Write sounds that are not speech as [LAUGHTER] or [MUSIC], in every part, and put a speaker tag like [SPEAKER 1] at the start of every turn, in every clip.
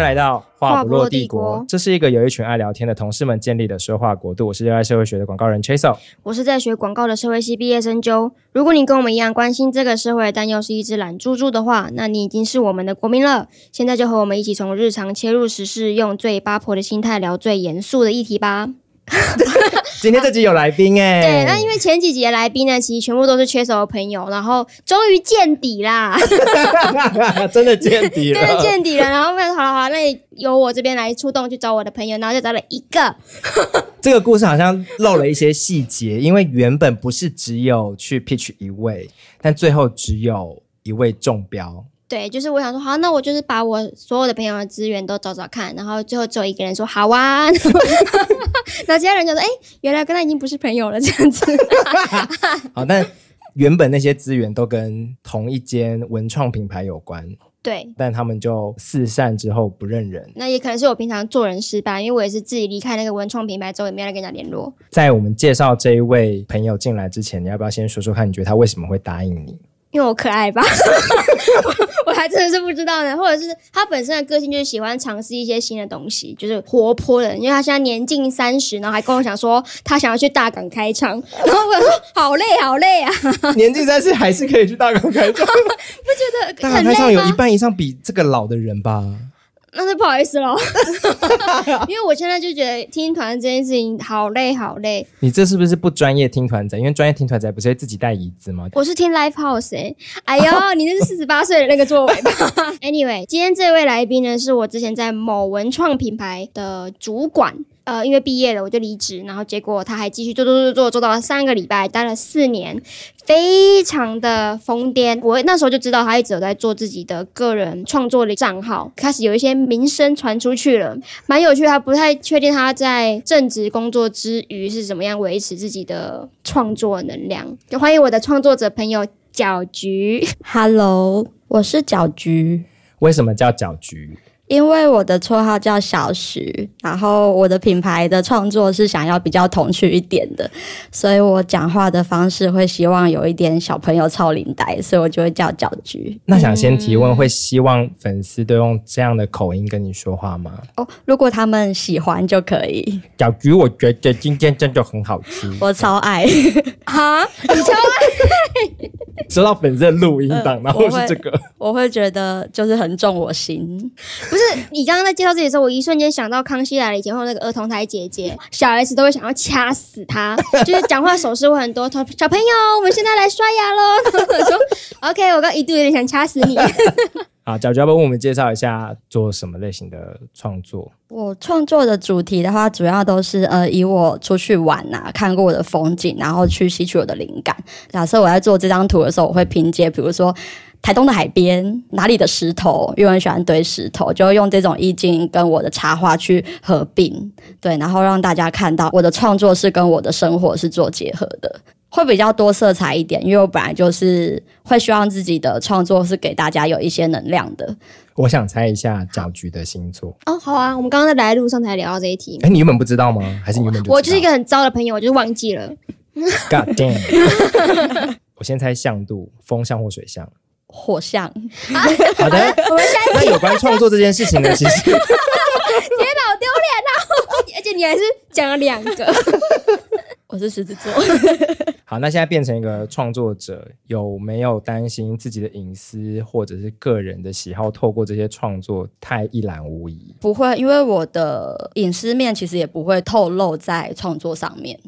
[SPEAKER 1] 来到话
[SPEAKER 2] 话
[SPEAKER 1] 不
[SPEAKER 2] 不
[SPEAKER 1] 落
[SPEAKER 2] 落
[SPEAKER 1] 帝
[SPEAKER 2] 帝
[SPEAKER 1] 国
[SPEAKER 2] 国，
[SPEAKER 1] 这是一个由一群爱聊天的同事们建立的说话国度。我是热爱社会学的广告人 Chaso。
[SPEAKER 2] 我是在学广告的社会系毕业生啾。如果你跟我们一样关心这个社会，但又是一只懒猪猪的话，那你已经是我们的国民了。现在就和我们一起从日常切入时事，用最八婆的心态聊最严肃的议题吧。
[SPEAKER 1] 今天这集有来宾哎、
[SPEAKER 2] 对， [LAUGHS] 那因为前几集的来宾呢，其实全部都是缺手的朋友，然后终于见底啦，
[SPEAKER 1] [LAUGHS] 真的见
[SPEAKER 2] [LAUGHS]
[SPEAKER 1] 底了，
[SPEAKER 2] 真的见底了。然后问，好了好了，那由我这边来出动去找我的朋友，然后就找了一个，
[SPEAKER 1] 这个故事好像漏了一些细节，因为原本不是只有去 pitch 一位，但最后只有一位中标。
[SPEAKER 2] 对，就是我想说，好，那我就是把我所有的朋友的资源都找找看，然后最后只有一个人说好啊， [LAUGHS] 然后然后其他人就说，哎、原来跟他已经不是朋友了这样子。 [LAUGHS]
[SPEAKER 1] 好，但原本那些资源都跟同一间文创品牌有关，
[SPEAKER 2] 对，
[SPEAKER 1] 但他们就四散之后不认人。
[SPEAKER 2] 那也可能是我平常做人失败，因为我也是自己离开那个文创品牌之后，也没有再跟人家联络。
[SPEAKER 1] 在我们介绍这一位朋友进来之前，你要不要先说说看，你觉得他为什么会答应
[SPEAKER 2] [LAUGHS]
[SPEAKER 1] 你？
[SPEAKER 2] 因为我可爱吧， [LAUGHS] 我我还真的是不知道呢。或者是他本身的个性就是喜欢尝试一些新的东西，就是活泼的人。因为他现在年近三十，然后还跟我讲说他想要去大港开唱， [LAUGHS] 然后我想说好累好累啊，
[SPEAKER 1] 年近三十还是可以去大港开
[SPEAKER 2] [LAUGHS]
[SPEAKER 1] 唱，
[SPEAKER 2] 不觉
[SPEAKER 1] 大
[SPEAKER 2] 得
[SPEAKER 1] 港
[SPEAKER 2] 很
[SPEAKER 1] 开唱
[SPEAKER 2] 累
[SPEAKER 1] 有一
[SPEAKER 2] 吗？
[SPEAKER 1] 半以上比这个老的人吧。
[SPEAKER 2] 那就不好意思喽， [LAUGHS] 因为我现在就觉得听团这件事情好累好累。
[SPEAKER 1] 你这是不是不专业听团仔？因为专业听团仔不是会自己带椅子吗？
[SPEAKER 2] 我是听 Live House 哎、哎呦，你那是四十八岁的那个座位吧？Anyway，今天这位来宾呢，是我之前在某文创品牌的主管。呃，因为毕业了我就离职，然后结果他还继续做做做做做到了三个礼拜，待了四年，非常的疯癫。我那时候就知道他一直有在做自己的个人创作的账号，开始有一些名声传出去了，蛮有趣的。他不太确定他在正职工作之余是怎么样维持自己的创作能量。就欢迎我的创作者朋友搅局，
[SPEAKER 3] Hello，我是搅局，
[SPEAKER 1] 为什么叫搅局？
[SPEAKER 3] 因为我的绰号叫小徐，然后我的品牌的创作是想要比较童趣一点的，所以我讲话的方式会希望有一点小朋友超领带，所以我就会叫搅局。
[SPEAKER 1] 那想先提问，会希望粉丝都用这样的口音跟你说话吗？
[SPEAKER 3] 哦，如果他们喜欢就可以，
[SPEAKER 1] 搅局，我觉得今天真的很好
[SPEAKER 2] [LAUGHS]
[SPEAKER 1] 吃。
[SPEAKER 3] 我超爱。 [LAUGHS]
[SPEAKER 2] 哈，
[SPEAKER 1] 收到粉丝的录音
[SPEAKER 2] 呃
[SPEAKER 1] 档，
[SPEAKER 3] 嗯
[SPEAKER 1] 然后
[SPEAKER 3] 我
[SPEAKER 1] 是
[SPEAKER 3] 会
[SPEAKER 1] 这个，
[SPEAKER 3] 我会觉得就是很中我心，
[SPEAKER 2] 不是 [LAUGHS] 你刚刚在介绍自己的时候，我一瞬间想到《康熙来了》以前会有那个儿童台姐 [LAUGHS] 姐，小 S 都会想要掐死 [LAUGHS] 她，就是讲话手势会很多。小小朋友，我们现在来刷牙喽。然后我 [LAUGHS] 说 OK，我刚一度有点想掐死 [LAUGHS] 你。
[SPEAKER 1] 好，搅局要不要为我们介绍一下做什么类型的创作？
[SPEAKER 3] 我创作的主题的话，主要都是呃，以我出去玩呐、看过的风景，然后去吸取我的灵感。假设我在做这张图的时候，我会拼接，比如说台东的海边，哪里的石头，因为我很喜欢堆石头，就会用这种意境跟我的插画去合并，对，然后让大家看到我的创作是跟我的生活是做结合的。会比较多色彩一点，因为我本来就是会希望自己的创作是给大家有一些能量的。
[SPEAKER 1] 我想猜一下搅局的星座。
[SPEAKER 2] 哦，好啊，我们刚刚在来的路上才聊到这一题。
[SPEAKER 1] 哎，你原本不知道吗？还是你原本就
[SPEAKER 2] 我就是一
[SPEAKER 1] 知道
[SPEAKER 2] 个很糟的朋友，我就是忘记了。 [LAUGHS]
[SPEAKER 1] God damn！我先猜象度，风象或水象。
[SPEAKER 3] 火象，
[SPEAKER 1] 好的，那有关创作这件事情呢，其实
[SPEAKER 2] [LAUGHS] 而且你还是讲了两个，
[SPEAKER 3] 我是狮子座。
[SPEAKER 1] 好，那现在变成一个创作者，有没有担心自己的隐私或者是个人的喜好，透过这些创作太一览无遗？
[SPEAKER 3] 不会，因为我的隐私面其实也不会透露在创作上面。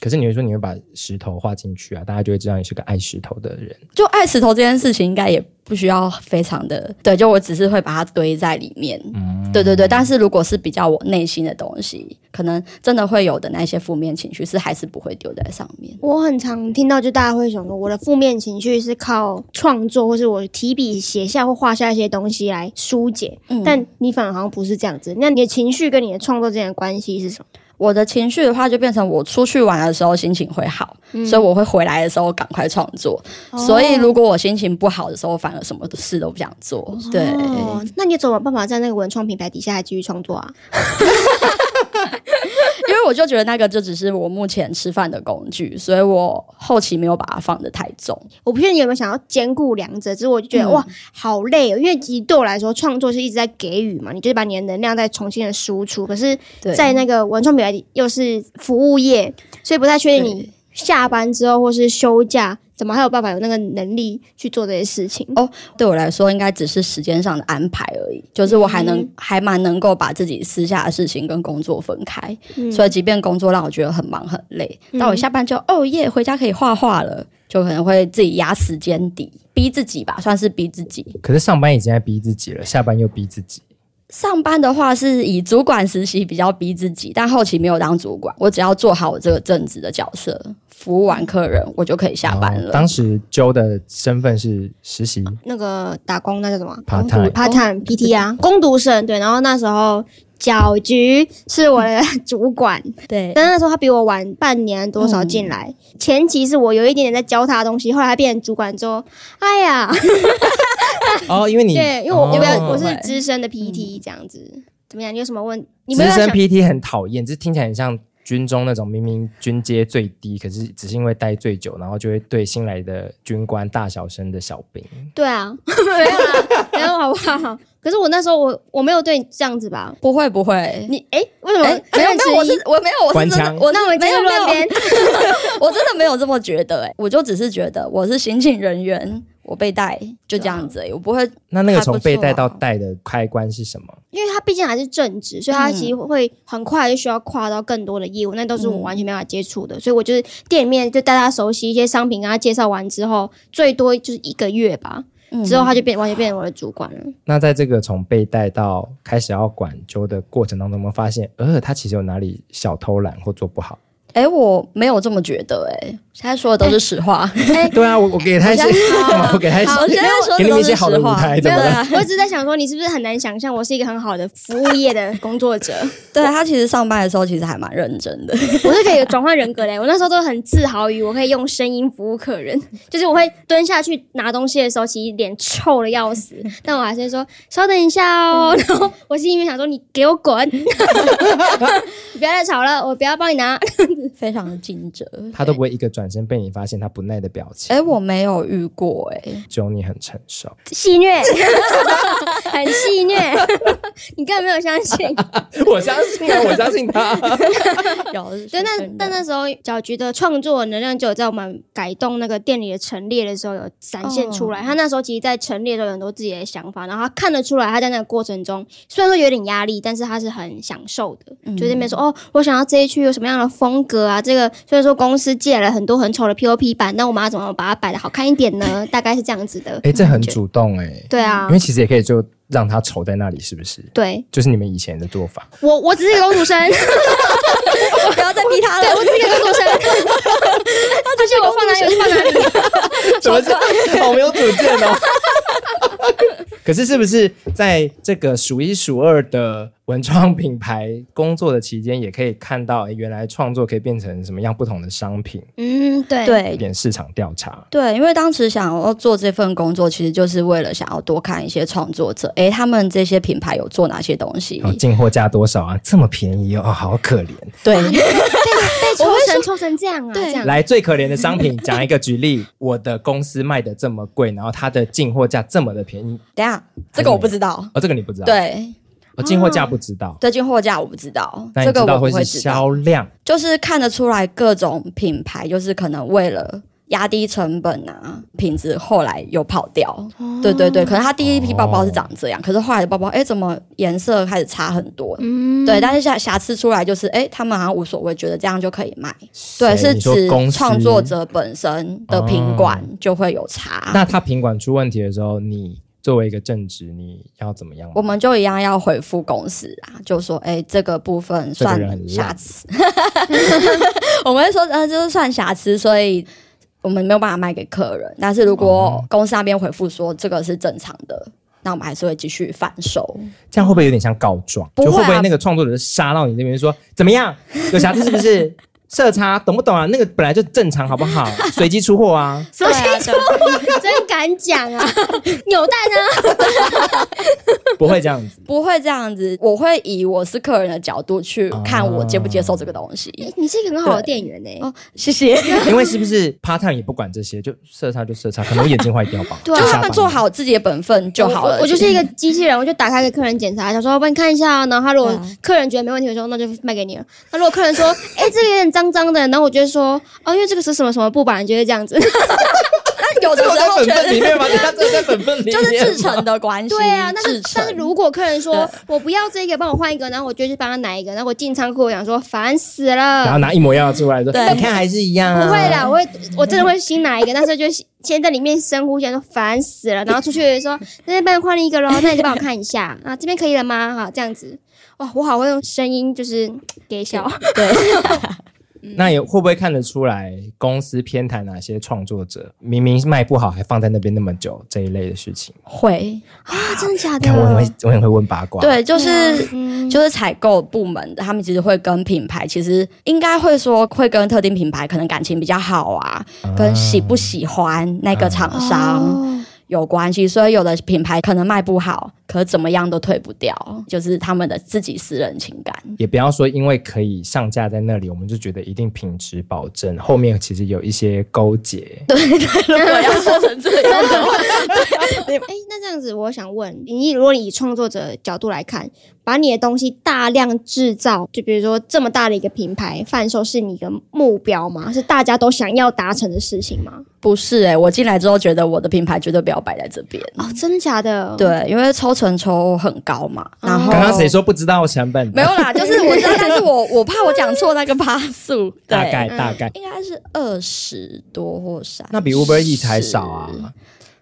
[SPEAKER 1] 可是你会说你会把石头画进去啊，大家就会知道你是个爱石头的人。
[SPEAKER 3] 就爱石头这件事情，应该也不需要非常的对，就我只是会把它堆在里面。嗯对对对，但是如果是比较我内心的东西，可能真的会有的那些负面情绪，是还是不会丢在上面。
[SPEAKER 2] 我很常听到，就大家会想说，我的负面情绪是靠创作，或是我提笔写下或画下一些东西来疏解。
[SPEAKER 3] 嗯
[SPEAKER 2] 但你反而好像不是这样子，那你的情绪跟你的创作之间的关系是什么？
[SPEAKER 3] 我的情绪的话，就变成我出去玩的时候心情会好，所以我会回来的时候赶快创作。所以如果我心情不好的时候，反而什么事都不想做。对。
[SPEAKER 2] 哦，那你怎么办法在那个文创品牌底下还继续创作啊？
[SPEAKER 3] [LAUGHS] 因为我就觉得那个就只是我目前吃饭的工具，所以我后期没有把它放得太重。
[SPEAKER 2] 我不确定你有没有想要兼顾两者，只是我就觉得、
[SPEAKER 3] 嗯
[SPEAKER 2] 哇，好累哦，因为其实对我来说，创作是一直在给予嘛，你就是把你的能量再重新的输出，可是，
[SPEAKER 3] 对，
[SPEAKER 2] 在那个文创品牌又是服务业，所以不太确定你下班之后或是休假，怎么还有办法有那个能力去做这些事情？
[SPEAKER 3] 哦对我来说，应该只是时间上的安排而已。就是我还能、
[SPEAKER 2] 嗯
[SPEAKER 3] 还蛮能够把自己私下的事情跟工作分开，
[SPEAKER 2] 嗯
[SPEAKER 3] 所以即便工作让我觉得很忙很累，
[SPEAKER 2] 嗯
[SPEAKER 3] 但我下班就哦耶，回家可以画画了，就可能会自己压时间底，逼自己吧，算是逼自己。
[SPEAKER 1] 可是上班已经在逼自己了，下班又逼自己。
[SPEAKER 3] 上班的话是以主管实习比较逼自己，但后期没有当主管，我只要做好我这个正职的角色，服务完客人，我就可以下班
[SPEAKER 1] 哦
[SPEAKER 3] 了。
[SPEAKER 1] 当时揪的身份是实习
[SPEAKER 2] 那个打工那叫什么
[SPEAKER 1] part time，
[SPEAKER 2] part time PT 啊，工读生对，然后那时候。搅局是我的 [LAUGHS] 主管，
[SPEAKER 3] 对，
[SPEAKER 2] 但那时候他比我晚半年多
[SPEAKER 3] 嗯
[SPEAKER 2] 少进来。前期是我有一点点在教他东西，后来他变成主管之后，哎呀， [LAUGHS]
[SPEAKER 1] 哦，因为你
[SPEAKER 2] 对，因为我我比较
[SPEAKER 1] 哦
[SPEAKER 2] 我是资深的 PT 这样子，怎么样？你有什么问？你
[SPEAKER 1] 资
[SPEAKER 2] 没有
[SPEAKER 1] 深
[SPEAKER 2] 想
[SPEAKER 1] PT 很讨厌，这听起来很像军中那种明明军阶最低，可是只是因为待最久，然后就会对新来的军官大小声的小兵。
[SPEAKER 2] 对啊， [LAUGHS] 没有啦，没有好不好？可是我那时候我我没有对你这样子吧？
[SPEAKER 3] 不会不会，
[SPEAKER 2] 你哎、为什么？
[SPEAKER 3] 哎，没有没有，我
[SPEAKER 2] 迟疑
[SPEAKER 3] 是我没有，我
[SPEAKER 1] 官
[SPEAKER 3] 是真
[SPEAKER 1] 腔
[SPEAKER 3] 的，我
[SPEAKER 2] 那我们
[SPEAKER 3] 没
[SPEAKER 2] 接着
[SPEAKER 3] 有没
[SPEAKER 2] 乱
[SPEAKER 3] 有，
[SPEAKER 2] 编，
[SPEAKER 3] 我真的没有这么觉得哎、我就只是觉得我是刑警人员，我被带就这样子、哎，我不会
[SPEAKER 1] 那那个
[SPEAKER 3] 还不
[SPEAKER 1] 从被
[SPEAKER 3] 错
[SPEAKER 1] 带
[SPEAKER 3] 啊
[SPEAKER 1] 到带的开关是什么？
[SPEAKER 2] 因为他毕竟还是正职，所以
[SPEAKER 1] 嗯
[SPEAKER 2] 他其实会很快就需要跨到更多的业务，那都是我完全没办法接触的。所以我就是店里面就带他熟悉一些商品，跟他介绍完之后，最多就是一个月吧，
[SPEAKER 3] 嗯
[SPEAKER 1] 嗯
[SPEAKER 2] 之后他就变完全变成我的主管了。
[SPEAKER 1] 那在这个从被带到开始要管揪的过程当中，我们发现，呃，他其实有哪里小偷懒或做不
[SPEAKER 2] [LAUGHS]
[SPEAKER 1] 好？
[SPEAKER 3] 哎、我没有这么觉得哎、现在说的都是实话，
[SPEAKER 1] 对啊，我我给他一些，
[SPEAKER 2] [LAUGHS]
[SPEAKER 1] [LAUGHS] 我给他一
[SPEAKER 3] 哎 [LAUGHS] 好，我现
[SPEAKER 1] 些，
[SPEAKER 3] 在
[SPEAKER 1] [LAUGHS]
[SPEAKER 3] 说
[SPEAKER 1] 给你
[SPEAKER 3] 的
[SPEAKER 1] 们
[SPEAKER 3] 都
[SPEAKER 1] 一些
[SPEAKER 3] 是
[SPEAKER 1] 好的
[SPEAKER 3] 实
[SPEAKER 1] 舞
[SPEAKER 3] 话，
[SPEAKER 1] 台，
[SPEAKER 3] 对
[SPEAKER 1] 哎怎么了？
[SPEAKER 3] 啊，
[SPEAKER 2] 我只是在想说，你是不是很难想象我是一个很好的服务业的工作者？
[SPEAKER 3] 对他其实上班的时候其实还蛮认真的， [LAUGHS]
[SPEAKER 2] 我是可以转换人格的、我那时候都很自豪于我可以用声音服务客人， [LAUGHS] 就是我会蹲下去拿东西的时候，其实脸臭的要死，但我还是说稍等一下哦。然后我心里面想说你给我滚，你不要再吵了，我不要帮你拿。
[SPEAKER 3] 非常的尽责。
[SPEAKER 1] 他都不会一个转身被你发现他不耐的表情
[SPEAKER 2] 呃
[SPEAKER 3] 哎、，我没有遇过哎、
[SPEAKER 1] 揪你很成熟。
[SPEAKER 2] 戏虐， [LAUGHS] 很戏虐， [LAUGHS] 你根本没有相信。
[SPEAKER 1] [LAUGHS] 我相信啊，我相信他。
[SPEAKER 3] [LAUGHS] 有是
[SPEAKER 2] 对，那
[SPEAKER 3] 真的
[SPEAKER 2] 但那时候搅局的创作能量就有在我们改动那个店里的陈列的时候有展现出来。
[SPEAKER 3] 哦
[SPEAKER 2] 他那时候其实，在陈列的时候有很多自己的想法，然后他看得出来，他在那个过程中虽然说有点压力，但是他是很享受的，就在那边说哦，我想要这一区有什么样的风格啊？这个虽然说公司借了很多很丑的 POP 板，那我们要怎么把它摆的好看一点呢？大概是这样子的。
[SPEAKER 1] 哎，这很
[SPEAKER 2] 感觉
[SPEAKER 1] 主动哎、
[SPEAKER 2] 对啊
[SPEAKER 1] 因为。其实也可以就让他丑在那里，是不是？
[SPEAKER 2] 对
[SPEAKER 1] 就是你们以前的做法。
[SPEAKER 2] 我，我只是一个工读生， [LAUGHS]
[SPEAKER 3] 不要再逼他 [LAUGHS]
[SPEAKER 2] 对
[SPEAKER 3] 了，
[SPEAKER 2] 我只是一个工读生， [LAUGHS] 而且我放哪里就放哪里。
[SPEAKER 1] [LAUGHS] 怎么这样？好没有主见哦。 [LAUGHS] 可是，是不是在这个数一数二的文创品牌工作的期间，也可以看到，诶原来创作可以变成什么样不同的商品？
[SPEAKER 2] 嗯，对，
[SPEAKER 1] 一
[SPEAKER 3] 对。
[SPEAKER 1] 点市场调查，
[SPEAKER 3] 对，因为当时想要做这份工作，其实就是为了想要多看一些创作者，诶，他们这些品牌有做哪些东西？
[SPEAKER 1] 哦，进货价多少啊？这么便宜哦，哦好可怜。
[SPEAKER 3] 对，
[SPEAKER 2] 被抽成抽成这样啊，
[SPEAKER 3] 对
[SPEAKER 2] 这样。
[SPEAKER 1] 来，最可怜的商品，讲一个举例，我的公司卖的这么贵，然后它的进货价这么的便宜，
[SPEAKER 3] [LAUGHS] 等一下这个我不知道，
[SPEAKER 1] 哦，这个你不知道？，
[SPEAKER 3] 对，嗯
[SPEAKER 1] 哦、进货价不知道。
[SPEAKER 3] 对进货价我不知道，
[SPEAKER 1] 那
[SPEAKER 3] 这
[SPEAKER 1] 你知
[SPEAKER 3] 个我
[SPEAKER 1] 道
[SPEAKER 3] 不
[SPEAKER 1] 会
[SPEAKER 3] 会
[SPEAKER 1] 是
[SPEAKER 3] 知道，
[SPEAKER 1] 销量，
[SPEAKER 3] 就是看得出来各种品牌，就是可能为了。压低成本啊，品质后来有跑掉，对对对，可能他第一批包包是长这样，可是后来的包包，哎，怎么颜色开始差很多？
[SPEAKER 2] 嗯，
[SPEAKER 3] 对，但是瑕瑕疵出来就是，哎，他们好像无所谓，觉得这样就可以卖。
[SPEAKER 1] 谁
[SPEAKER 3] 对，是
[SPEAKER 1] 你说
[SPEAKER 3] 指
[SPEAKER 1] 公司
[SPEAKER 3] 创作。者本身的品管就会有差。
[SPEAKER 1] 那他品管出问题的时候，你作为一个正职，你要怎么样？
[SPEAKER 3] 我们就一样要回复公司啊，就说哎、这个部分
[SPEAKER 1] 这个
[SPEAKER 3] 算
[SPEAKER 1] 人很烂
[SPEAKER 3] 瑕疵， [LAUGHS] 我们会说呃，就是算瑕疵，所以我们没有办法卖给客人。但是如
[SPEAKER 1] 哦
[SPEAKER 3] 果公司那边回复说这个是正常的，那我们还是会继续贩售。
[SPEAKER 1] 这样会不会有点像告状？
[SPEAKER 3] 不会
[SPEAKER 1] 就
[SPEAKER 3] 啊 [LAUGHS]
[SPEAKER 1] 会不会那个创作者杀到你那边说怎么样？有瑕疵是不是？色差懂不懂啊？那个本来就正常，好不好？随机出货啊，
[SPEAKER 2] 对啊，对 [LAUGHS] 真敢讲啊！ [LAUGHS] 扭蛋啊，
[SPEAKER 1] 不会这样子。
[SPEAKER 3] 不会这样子，我会以我是客人的角度去看我接不接受这个东西。
[SPEAKER 2] 你是一个很好的店员欸呢、
[SPEAKER 3] 哦，谢谢。
[SPEAKER 1] [LAUGHS] 因为是不是 part time 也不管这些，就色差就色差，可能我眼睛坏掉
[SPEAKER 3] [LAUGHS]
[SPEAKER 1] 吧。
[SPEAKER 2] 对啊
[SPEAKER 3] 就
[SPEAKER 1] 下
[SPEAKER 3] 他
[SPEAKER 1] 班
[SPEAKER 3] 们做好自己的本分就好了。
[SPEAKER 2] 我我就是一个机器人，我就打开给客人检查，想说我帮你看一下哦，然后他如果
[SPEAKER 3] 对啊
[SPEAKER 2] 客人觉得没问题的时候，那就卖给你了。那如果客人说，哎、这个有点脏脏的，然后我就会说，哦，因为这个是什么什么布吧，你就会这样子。
[SPEAKER 3] 但 [LAUGHS] 有的
[SPEAKER 1] 这个
[SPEAKER 3] 时
[SPEAKER 1] 在
[SPEAKER 3] 候
[SPEAKER 1] 本
[SPEAKER 3] 确
[SPEAKER 1] 分里
[SPEAKER 3] 实
[SPEAKER 1] 面吗？
[SPEAKER 3] [LAUGHS]
[SPEAKER 1] 等一下这个在本分里面
[SPEAKER 3] 就
[SPEAKER 1] 吗
[SPEAKER 3] 是制成的关系。
[SPEAKER 2] 对啊，但是
[SPEAKER 3] 制成
[SPEAKER 2] 但是如果客人说我不要这个，帮我换一个，然后我就去帮他拿一个，然后我进仓库，我想说烦死
[SPEAKER 1] 然
[SPEAKER 2] 了
[SPEAKER 1] 后，拿一模一样的出来说，
[SPEAKER 3] 对
[SPEAKER 1] 你看还是一样
[SPEAKER 3] 嗯
[SPEAKER 1] 啊。
[SPEAKER 2] 不会啦，我会我真的会新拿一个，但是就先在里面深呼吸，想说烦死了，然后出去
[SPEAKER 3] [LAUGHS]
[SPEAKER 2] 说那帮你换了一个喽，那你就帮我看一下 [LAUGHS] 啊，这边可以了吗？哈，这样子。哇，我好会用声音，就是给小，
[SPEAKER 3] 对，
[SPEAKER 1] 那也会不会看得出来公司偏袒哪些创作者？明明卖不好，还放在那边那么久这一类的事情？
[SPEAKER 3] 会
[SPEAKER 2] [LAUGHS] 啊，真的假
[SPEAKER 1] 看我很会，我很会问八卦。，
[SPEAKER 3] 对，啊就是。
[SPEAKER 2] 嗯，
[SPEAKER 3] 就是采购部门的，他们其实会跟品牌，其实应该会说会跟特定品牌可能感情比较好啊，跟喜不喜欢那个厂商
[SPEAKER 2] 哦
[SPEAKER 3] 有关系，所以有的品牌可能卖不好，可怎么样都退不掉，就是他们的自己私人情感。
[SPEAKER 1] 也不要说因为可以上架在那里，我们就觉得一定品质保证。后面其实有一些勾结。
[SPEAKER 3] 如果要说成这样的话，
[SPEAKER 2] 哎、那这样子，我想问你，如果你以创作者角度来看，把你的东西大量制造，就比如说这么大的一个品牌贩售，是你的目标吗？是大家都想要达成的事情吗？
[SPEAKER 3] [LAUGHS] 不是哎、我进来之后觉得我的品牌绝对不要摆在这边。
[SPEAKER 2] 哦，真的假的？，
[SPEAKER 3] 嗯对，因为抽成抽很高嘛，然后
[SPEAKER 1] 刚刚谁说不知道成本？
[SPEAKER 3] 没有啦，就是我知道，但是我我怕我讲错那个趴数，对
[SPEAKER 1] 大概
[SPEAKER 2] 嗯
[SPEAKER 1] 大概。
[SPEAKER 3] 应该是二十多或三，
[SPEAKER 1] 那比 Uber E 还少啊！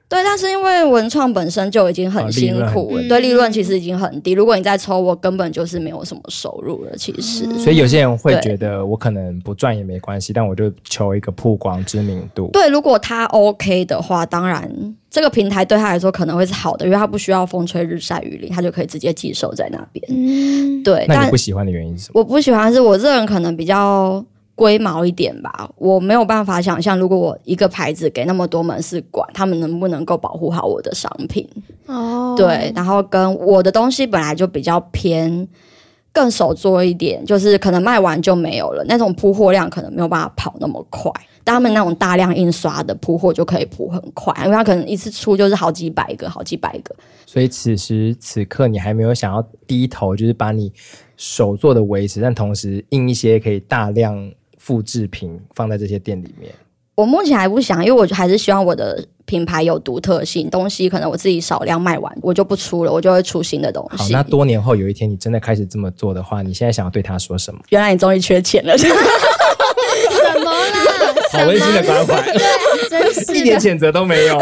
[SPEAKER 3] 对，但是因为文创本身就已经
[SPEAKER 1] 哦
[SPEAKER 3] 很
[SPEAKER 1] 利
[SPEAKER 3] 辛
[SPEAKER 1] 润
[SPEAKER 3] 苦了，
[SPEAKER 2] 很低
[SPEAKER 3] 对利润其实已经很低。如果你再抽，我根本就是没有什么收入了。其实，
[SPEAKER 1] 所以有些人会
[SPEAKER 3] 嗯对
[SPEAKER 1] 觉得我可能不赚也没关系，但我就求一个曝光知名度。
[SPEAKER 3] 对，如果他 OK 的话，当然这个平台对他来说可能会是好的，因为他不需要风吹日晒雨淋，他就可以直接寄售在那边。
[SPEAKER 2] 嗯，
[SPEAKER 3] 对，
[SPEAKER 1] 那你
[SPEAKER 3] 但
[SPEAKER 1] 不喜欢的原因是什么？
[SPEAKER 3] 我不喜欢是我这人可能比较龟毛一点吧，我没有办法想象，如果我一个牌子给那么多门市管，他们能不能够保护好我的商品？
[SPEAKER 2] 哦，
[SPEAKER 3] 对，，然后跟我的东西本来就比较偏。更手做一点，就是可能卖完就没有了，那种铺货量可能没有办法跑那么快。但他们那种大量印刷的铺货就可以铺很快，因为他可能一次出就是好几百个、好几百个。
[SPEAKER 1] 所以此时此刻你还没有想要低头，就是把你手做的维持，但同时印一些可以大量复制品放在这些店里面。
[SPEAKER 3] 我目前还不想，因为我还是希望我的品牌有独特性，东西可能我自己少量卖完，我就不出了，我就会出新的东
[SPEAKER 1] 好，
[SPEAKER 3] 西
[SPEAKER 1] 那。多年后有一天你真的开始这么做的话，你现在想要对他说什么？
[SPEAKER 3] 原来你终于缺钱了， [LAUGHS]
[SPEAKER 2] 什么啦？
[SPEAKER 1] 好温馨的关怀，
[SPEAKER 2] 真是
[SPEAKER 1] 一点
[SPEAKER 2] 的，
[SPEAKER 1] 谴责都没有。
[SPEAKER 2] 我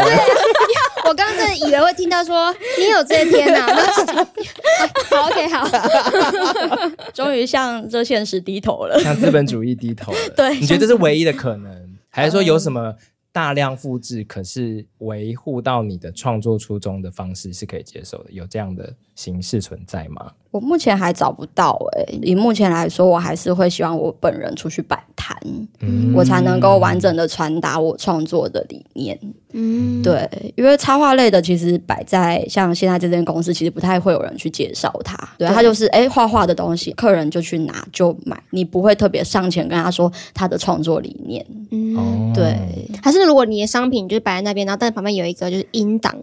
[SPEAKER 2] 刚刚真的以为会听到说你有这一天呐、啊。 [LAUGHS] 好，OK，好，
[SPEAKER 3] 终于向这现实低头了。
[SPEAKER 1] [LAUGHS] 向资本主义低头了。
[SPEAKER 3] [LAUGHS] 对
[SPEAKER 1] 你觉得这是唯一的可能，还是说
[SPEAKER 3] 嗯
[SPEAKER 1] 有什么大量复制，可是维护到你的创作初衷的方式是可以接受的？有这样的形式存在吗？
[SPEAKER 3] 我目前还找不到哎、以目前来说，我还是会希望我本人出去摆摊，
[SPEAKER 1] 嗯
[SPEAKER 3] 我才能够完整的传达我创作的理念。
[SPEAKER 2] 嗯，
[SPEAKER 3] 对，因为插画类的其实摆在像现在这间公司，其实不太会有人去介绍它。对，
[SPEAKER 2] 对
[SPEAKER 3] 它就是哎画画的东西，客人就去拿就买，你不会特别上前跟他说他的创作理念。
[SPEAKER 2] 嗯。
[SPEAKER 1] 哦
[SPEAKER 3] 对， [LAUGHS]
[SPEAKER 2] 还是如果你的商品就是摆在那边，然后但旁边有一个就是音档，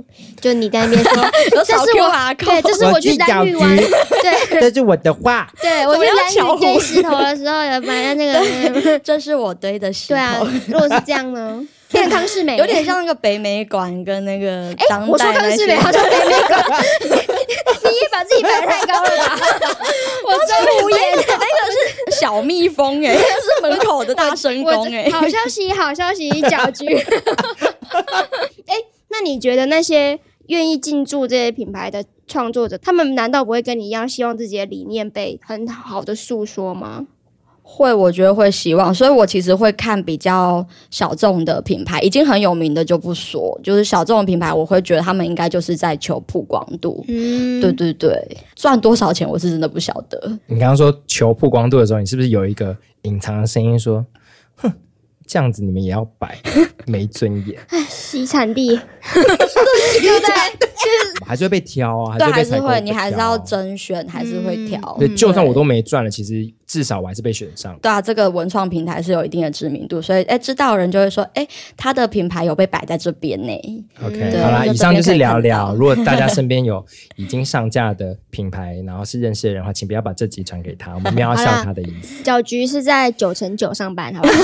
[SPEAKER 2] 就你在那 [LAUGHS] 边说，
[SPEAKER 3] 有
[SPEAKER 2] 这是
[SPEAKER 3] 扫
[SPEAKER 2] 我
[SPEAKER 3] QR
[SPEAKER 2] 对，
[SPEAKER 3] code
[SPEAKER 2] 这是我去蓝屿
[SPEAKER 1] [LAUGHS]
[SPEAKER 2] 玩，
[SPEAKER 1] 我自
[SPEAKER 2] 对，
[SPEAKER 1] 这是我的话。
[SPEAKER 2] 对，我
[SPEAKER 3] 怎
[SPEAKER 2] 去
[SPEAKER 3] 么样
[SPEAKER 2] 蓝屿
[SPEAKER 3] 巧虎
[SPEAKER 2] 堆石头的时候，有买到那个，
[SPEAKER 3] 这是我堆的石头，
[SPEAKER 2] 对 [LAUGHS] 啊，如果是这样呢，变成康世美，
[SPEAKER 3] 有点像那个北美馆跟那个
[SPEAKER 2] 哎、
[SPEAKER 3] 当
[SPEAKER 2] 我说
[SPEAKER 3] 代
[SPEAKER 2] 康
[SPEAKER 3] 那
[SPEAKER 2] 世
[SPEAKER 3] 些
[SPEAKER 2] 美，他说北美馆， [LAUGHS] 你也把自己摆得太高了 [LAUGHS] 吧？我真无言。
[SPEAKER 3] 小蜜 [LAUGHS] 蜂哎，是门口的大声
[SPEAKER 2] 我
[SPEAKER 3] 公哎，
[SPEAKER 2] 好消息，好消息，搅局。 [LAUGHS] 哎、那你觉得那些愿意进驻这些品牌的创作者，他们难道不会跟你一样，希望自己的理念被很好的诉说吗？
[SPEAKER 3] 会，我觉得会希望，所以我其实会看比较小众的品牌，已经很有名的就不说，就是小众的品牌，我会觉得他们应该就是在求曝光度。
[SPEAKER 2] 嗯，
[SPEAKER 3] 对对对，赚多少钱我是真的不晓得。
[SPEAKER 1] 你刚刚说求曝光度的时候，你是不是有一个隐藏的声音说，哼，这样子你们也要摆，没尊严，
[SPEAKER 2] 洗产地， [LAUGHS]
[SPEAKER 3] 对不对？
[SPEAKER 1] 还是会被挑啊，
[SPEAKER 3] 对，还
[SPEAKER 1] 还
[SPEAKER 3] 是
[SPEAKER 1] 会被采购
[SPEAKER 3] 会，你还是
[SPEAKER 1] 挑啊
[SPEAKER 3] 要。甄选，还是会挑。
[SPEAKER 1] 对，
[SPEAKER 3] 嗯
[SPEAKER 1] 就算我都没赚了，其实至少我还是被选上。
[SPEAKER 3] 对啊，这个文创平台是有一定的知名度，所以哎，知道的人就会说，哎，他的品牌有被摆在这边欸呢。
[SPEAKER 1] OK，
[SPEAKER 2] 对
[SPEAKER 1] 好啦，
[SPEAKER 3] 就
[SPEAKER 1] 以上就是聊
[SPEAKER 3] 这边可以看
[SPEAKER 1] 聊。
[SPEAKER 3] 到
[SPEAKER 1] 如果
[SPEAKER 3] [LAUGHS]
[SPEAKER 1] 大家身边有已经上架的品牌，然后是认识的人的话，请不要把这集传给他，我们没有要笑
[SPEAKER 2] 好啦
[SPEAKER 1] 他的意思。
[SPEAKER 2] 搅局是在九乘九上班，好不好？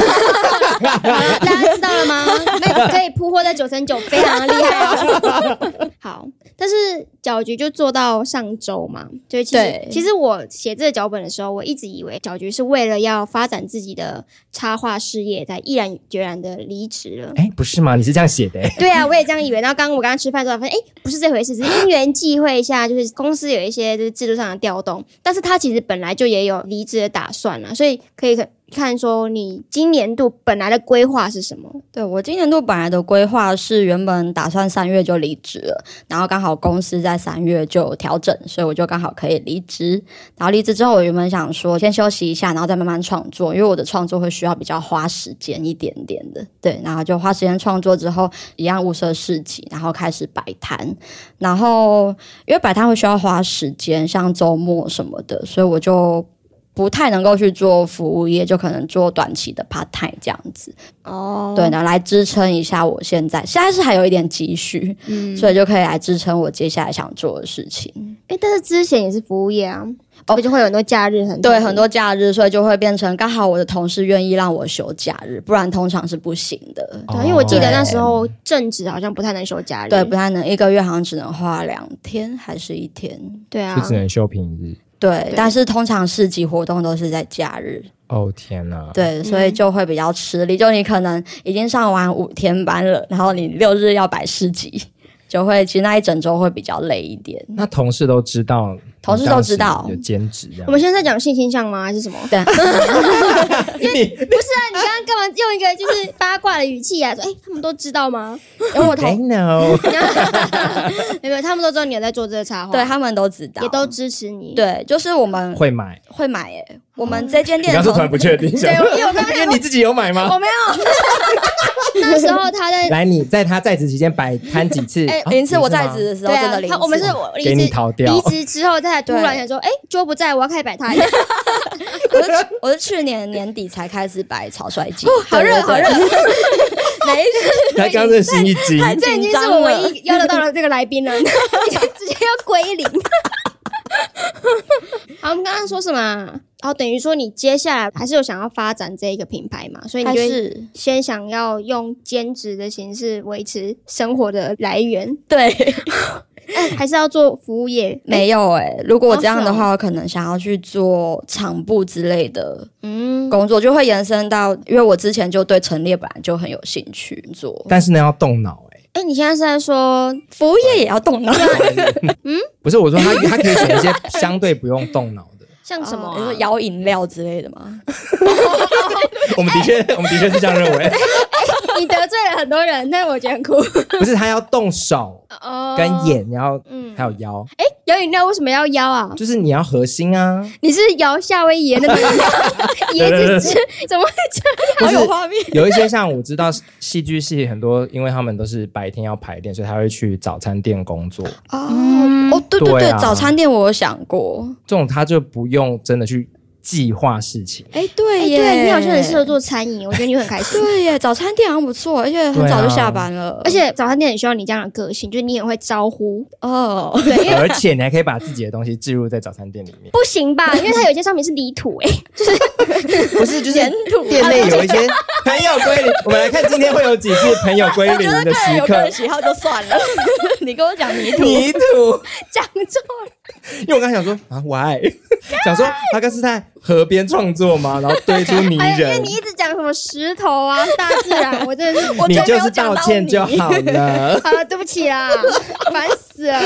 [SPEAKER 2] [LAUGHS] 大家知道了吗？那可以铺货在九乘九，非常的厉害哦。好，但是搅局就做到上周嘛，就其实
[SPEAKER 3] 对
[SPEAKER 2] 其实我写这个脚本的时候，我一直以为搅局是为了要发展自己的插画事业，才毅然决然的离职了。
[SPEAKER 1] 哎，不是吗？你是这样写的、欸？
[SPEAKER 2] 对啊，我也这样以为。然后刚刚我刚刚吃饭的时候，发现哎，诶不是这回事，只是因缘际会下，就是公司有一些就是制度上的调动，但是他其实本来就也有离职的打算啊了，所以可以看说你今年度本来的规划是什么。
[SPEAKER 3] 对我今年度本来的规划是原本打算三月就离职了，然后刚好公司在三月就有调整，所以我就刚好可以离职。然后离职之后，我原本想说先休息一下，然后再慢慢创作，因为我的创作会需要比较花时间一点点的。对，然后就花时间创作之后，一样物色市集，然后开始摆摊。然后因为摆摊会需要花时间，像周末什么的，所以我就。不太能够去做服务业，就可能做短期的 part time 这样子。
[SPEAKER 2] 哦
[SPEAKER 3] 对，然后来支撑一下我现在，现在是还有一点积蓄，
[SPEAKER 2] 嗯
[SPEAKER 3] 所以就可以来支撑我接下来想做的事情。
[SPEAKER 2] 哎，但是之前也是服务业啊，
[SPEAKER 3] 哦
[SPEAKER 2] 哦，就会有很多假日很
[SPEAKER 3] 对，很多假日，所以就会变成刚好我的同事愿意让我休假日，不然通常是不行的。
[SPEAKER 2] 对，啊因为我记得那时
[SPEAKER 1] 哦
[SPEAKER 2] 候正职好像不太能休假日，
[SPEAKER 3] 对，不太能一个月好像只能花两天还是一天。
[SPEAKER 2] 对
[SPEAKER 1] 就
[SPEAKER 2] 啊
[SPEAKER 1] 只，能休平日。
[SPEAKER 3] 对，但是通常市集活动都是在假日，
[SPEAKER 1] 哦天哪！，
[SPEAKER 2] 嗯
[SPEAKER 3] 对，所以就会比较吃力。就你可能已经上完五天班了，然后你六日要摆市集，就会其实那一整周会比较累一点。
[SPEAKER 1] 那同事都知道，
[SPEAKER 3] 同事都知道
[SPEAKER 1] 有兼职这样。
[SPEAKER 2] 我们现在在讲性倾向吗？还是什么？
[SPEAKER 3] 对，
[SPEAKER 1] [LAUGHS] 你
[SPEAKER 2] 那你刚刚干嘛用一个就是八卦的语气啊？说哎，他们都知道吗？
[SPEAKER 3] 因为我
[SPEAKER 1] I
[SPEAKER 2] [LAUGHS]
[SPEAKER 3] 同 [LAUGHS]
[SPEAKER 1] know，
[SPEAKER 2] 没有，他们都知道你有在做这个插画，
[SPEAKER 3] 对他们都知道，
[SPEAKER 2] 也都支持你。，
[SPEAKER 3] 对，就是我们
[SPEAKER 1] 会买。
[SPEAKER 3] 会买诶、我们
[SPEAKER 2] 哦
[SPEAKER 3] 这间
[SPEAKER 1] 你
[SPEAKER 3] 店
[SPEAKER 1] 刚
[SPEAKER 3] 从
[SPEAKER 1] 说突然不确定，想说
[SPEAKER 2] 因为我刚刚
[SPEAKER 1] 因为你自己有买吗？
[SPEAKER 2] [LAUGHS] 那时候他
[SPEAKER 3] [LAUGHS]
[SPEAKER 1] [LAUGHS]
[SPEAKER 2] 在。
[SPEAKER 1] 来，你在他在职期间摆摊几次？
[SPEAKER 3] 哎
[SPEAKER 1] 啊
[SPEAKER 3] 零次我在
[SPEAKER 1] 吗
[SPEAKER 3] [LAUGHS] 职的时候
[SPEAKER 2] 对
[SPEAKER 3] 真的
[SPEAKER 2] 啊
[SPEAKER 3] 零，次，
[SPEAKER 2] 他我们是我离
[SPEAKER 1] 给你
[SPEAKER 2] 职
[SPEAKER 1] 逃掉
[SPEAKER 2] 离职之后，他才突然想说，哎，桌不在，我要开始摆
[SPEAKER 3] [LAUGHS]
[SPEAKER 2] 摊，
[SPEAKER 3] 我是我是去年年底才开始摆草率鸡，
[SPEAKER 2] 哦好热好热，
[SPEAKER 3] [LAUGHS] 哪一
[SPEAKER 1] [LAUGHS] 他
[SPEAKER 2] [LAUGHS]
[SPEAKER 1] 刚认识一惊，
[SPEAKER 3] 太
[SPEAKER 2] 这已
[SPEAKER 3] 紧
[SPEAKER 2] 经是
[SPEAKER 3] 张
[SPEAKER 2] 我
[SPEAKER 3] 了。
[SPEAKER 2] 唯一邀得到的这个来宾
[SPEAKER 3] [LAUGHS]
[SPEAKER 2] 了， [LAUGHS] 直接要归零。好，我们刚刚说什么啊？哦，等于说你接下来还是有想要发展这一个品牌嘛，所以你
[SPEAKER 3] 还
[SPEAKER 2] 就会
[SPEAKER 3] 是
[SPEAKER 2] 先想要用兼职的形式维持生活的来源，
[SPEAKER 3] [LAUGHS] 对，
[SPEAKER 2] 哎 [LAUGHS] 还是要做服务业？
[SPEAKER 3] 没有诶、如果我这样的
[SPEAKER 2] 哦是
[SPEAKER 3] 话，我可能想要去做场部之类的
[SPEAKER 2] 嗯，
[SPEAKER 3] 工作，就会延伸到，因为我之前就对陈列本来就很有兴趣做，
[SPEAKER 1] 但是呢要动脑哎。
[SPEAKER 2] 哎，你现在是在说
[SPEAKER 3] 服务业也要动脑，
[SPEAKER 1] [LAUGHS] 不是我说他，他可以选一些相对不用动脑的。
[SPEAKER 2] 像什么啊、[LAUGHS]
[SPEAKER 3] 你说摇饮料之类的吗？
[SPEAKER 1] [LAUGHS] 我们的确， [LAUGHS] 我们的确是这样认为。
[SPEAKER 2] 你得罪了很多人，但我觉得很酷。
[SPEAKER 1] 不是他要动手
[SPEAKER 2] 哦
[SPEAKER 1] 跟。眼，然后
[SPEAKER 2] 嗯
[SPEAKER 1] 还有腰，
[SPEAKER 2] 哎，摇饮料为什么要摇啊？
[SPEAKER 1] 就是你要核心啊。
[SPEAKER 2] [LAUGHS] 你是摇夏威夷的 [LAUGHS] 那种椰子汁？怎么会这
[SPEAKER 1] 不
[SPEAKER 2] 样？
[SPEAKER 1] 是
[SPEAKER 2] 画面。
[SPEAKER 1] 有一些像我知道戏剧系很多，因为他们都是白天要排练，所以他会去早餐店工作。
[SPEAKER 3] 哦，哦，对对
[SPEAKER 1] 对
[SPEAKER 3] 对，
[SPEAKER 1] 啊
[SPEAKER 3] 早餐店我有想过，
[SPEAKER 1] 这种他就不用真的去计划事情。
[SPEAKER 3] 哎，对
[SPEAKER 2] 哎，
[SPEAKER 3] 耶，
[SPEAKER 2] 对你好像很适合，做餐饮，我觉得你会很开心。
[SPEAKER 3] 对耶，早餐店好像不错，而且很早
[SPEAKER 1] 啊
[SPEAKER 3] 就下班
[SPEAKER 2] [LAUGHS]
[SPEAKER 3] 了，
[SPEAKER 2] 而且早餐店很需要你这样的个性，就是你很会招呼。，
[SPEAKER 3] 哦，
[SPEAKER 1] 而且你还可以把自己的东西置入在早餐店里面 [LAUGHS]
[SPEAKER 2] 不行吧？ [LAUGHS] 因为它有些上面是泥土哎、
[SPEAKER 1] 不是就是
[SPEAKER 3] 沿途
[SPEAKER 1] 店内有一
[SPEAKER 2] [LAUGHS]
[SPEAKER 1] 些朋友归零。 [LAUGHS] 我们来看今天会有几次朋友归零
[SPEAKER 2] [LAUGHS]
[SPEAKER 1] 的
[SPEAKER 3] 个人
[SPEAKER 1] 时
[SPEAKER 3] 有个
[SPEAKER 1] 刻
[SPEAKER 3] 人。喜好就算
[SPEAKER 1] [LAUGHS]
[SPEAKER 3] 了，你跟我讲泥土，
[SPEAKER 1] 泥土，
[SPEAKER 2] 讲错了。
[SPEAKER 1] 因为我刚想说啊，why？想说他刚是在河边创作吗？然后堆出泥
[SPEAKER 2] 哎呀，因为
[SPEAKER 1] 人
[SPEAKER 2] 你，一直讲什么石头啊、大自然，我真的是
[SPEAKER 3] 我
[SPEAKER 1] 你
[SPEAKER 3] 就没
[SPEAKER 1] 就
[SPEAKER 3] 有
[SPEAKER 1] 是
[SPEAKER 3] 讲
[SPEAKER 1] 道
[SPEAKER 3] 到 [LAUGHS]
[SPEAKER 1] 歉就
[SPEAKER 3] 你
[SPEAKER 1] 好了。
[SPEAKER 2] 啊好了，对不起啦，烦死死了，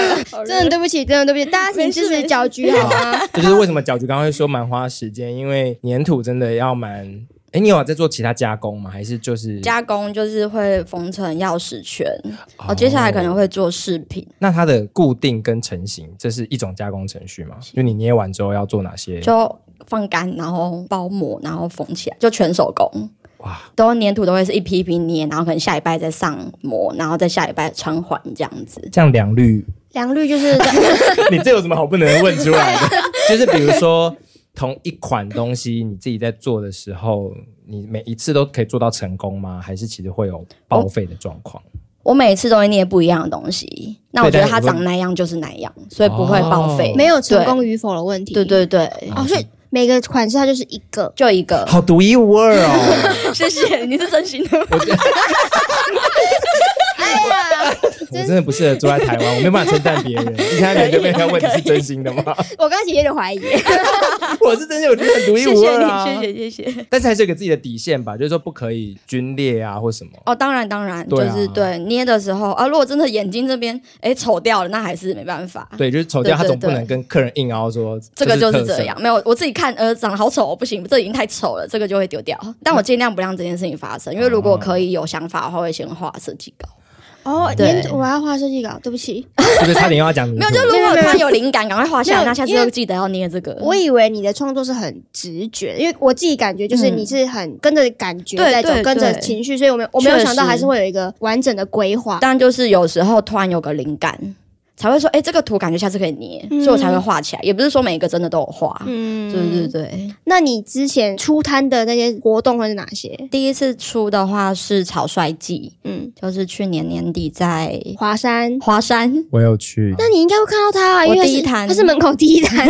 [SPEAKER 2] 真的对不起，真的对不起，
[SPEAKER 3] [LAUGHS]
[SPEAKER 2] 大家请支持搅局好吗？
[SPEAKER 1] 这就是为什么搅局刚刚会说蛮花时间，因为粘土真的要蛮。哎，你有在做其他加工吗？还是就是？
[SPEAKER 3] 加工就是会缝成钥匙圈，哦，接下来可能会做饰品，
[SPEAKER 1] 那它的固定跟成型，这是一种加工程序吗？就你捏完之后要做哪些？
[SPEAKER 3] 就放干，然后包膜，然后缝起来，就全手工。
[SPEAKER 1] 哇
[SPEAKER 3] 哇，都粘土都会是一批一批捏，然后可能下礼拜再上膜，然后再下礼拜穿环这样子。
[SPEAKER 1] 这样良率，
[SPEAKER 2] [LAUGHS] 良率
[SPEAKER 3] [LAUGHS]
[SPEAKER 2] 就是
[SPEAKER 1] [LAUGHS] 你这有什么好不能问出来的？
[SPEAKER 3] 啊
[SPEAKER 1] 就是比如说同一款东西，你自己在做的时候，你每一次都可以做到成功吗？还是其实会有报废的状况？
[SPEAKER 3] 我每一次都会捏不一样的东西，那我觉得它
[SPEAKER 1] 对但
[SPEAKER 3] 长那样就是那样，所以不会报废。
[SPEAKER 1] 哦
[SPEAKER 2] 没有成功与否的问题。
[SPEAKER 3] 对，对对，
[SPEAKER 2] 哦，所以每个款式它就是一个，
[SPEAKER 3] 就一个。 [LAUGHS]
[SPEAKER 1] 好独一无二哦！
[SPEAKER 3] 谢谢，你是真心的吗？ [LAUGHS] 哎
[SPEAKER 1] 我真的不适合住在台湾，我没办法称赞别人。一开始就被人家问你是真心的
[SPEAKER 3] [LAUGHS]
[SPEAKER 1] 吗？
[SPEAKER 2] 我刚刚其实有点怀疑，
[SPEAKER 1] 我是真哎心，我觉得很独一
[SPEAKER 3] 谢
[SPEAKER 1] 无
[SPEAKER 3] 谢
[SPEAKER 1] 二啊！
[SPEAKER 3] 你，谢谢谢谢。
[SPEAKER 1] 但是还是有个自己的底线吧，就是说不可以皲裂啊或什么。
[SPEAKER 3] 哦，当然当然，就
[SPEAKER 1] 对啊
[SPEAKER 3] 是对捏的时候啊，如果真的眼睛这边哎丑掉了，那还是没办法。
[SPEAKER 1] 对，就是丑掉，
[SPEAKER 3] 对
[SPEAKER 1] 他
[SPEAKER 3] 对
[SPEAKER 1] 总不
[SPEAKER 3] 对
[SPEAKER 1] 能跟客人硬凹说
[SPEAKER 3] 这个就是
[SPEAKER 1] 特色
[SPEAKER 3] 这样，没有我自己看，呃，长得好丑，哦不行，这已经太丑了，这个就会丢掉。但我尽量不让这件事情发生，因为如果可以有想法的话，会先画设计稿。
[SPEAKER 2] 哦，
[SPEAKER 3] 对
[SPEAKER 2] 粘土我要画设计稿，对不起，
[SPEAKER 1] 是不是差点又要讲民
[SPEAKER 3] 没有，
[SPEAKER 1] 族
[SPEAKER 3] 就
[SPEAKER 1] 了
[SPEAKER 3] 如
[SPEAKER 2] 没有
[SPEAKER 3] 果
[SPEAKER 2] 没有
[SPEAKER 3] 他有灵感，赶快画
[SPEAKER 2] 没
[SPEAKER 3] 下来，
[SPEAKER 2] 有
[SPEAKER 3] 那下次
[SPEAKER 2] 因为
[SPEAKER 3] 就记得要捏这个。
[SPEAKER 2] 我以为你的创作是很直觉，因为我自己感觉就是
[SPEAKER 3] 嗯
[SPEAKER 2] 你是很跟着感觉
[SPEAKER 3] 对
[SPEAKER 2] 在走，
[SPEAKER 3] 对
[SPEAKER 2] 跟着
[SPEAKER 3] 对
[SPEAKER 2] 情绪，所以我没有我没有
[SPEAKER 3] 确
[SPEAKER 2] 想到
[SPEAKER 3] 实
[SPEAKER 2] 还是会有一个完整的规划。
[SPEAKER 3] 但就是有时候突然有个灵感，才会说，哎，这个图感觉下次可以捏，
[SPEAKER 2] 嗯
[SPEAKER 3] 所以我才会画起来。也不是说每一个真的都有画，
[SPEAKER 2] 嗯
[SPEAKER 3] 对对对。
[SPEAKER 2] 那你之前出摊的那些活动会是哪些？
[SPEAKER 3] 第一次出的话是草率季，
[SPEAKER 2] 嗯，
[SPEAKER 3] 就是去年年底在
[SPEAKER 2] 华山。
[SPEAKER 3] 华山
[SPEAKER 1] 我有去，
[SPEAKER 2] 那你应该会看到他啊，因
[SPEAKER 3] 我
[SPEAKER 2] 为它
[SPEAKER 3] 第一
[SPEAKER 2] 是
[SPEAKER 3] 摊
[SPEAKER 2] 它是门口第一
[SPEAKER 3] [LAUGHS]
[SPEAKER 2] 摊，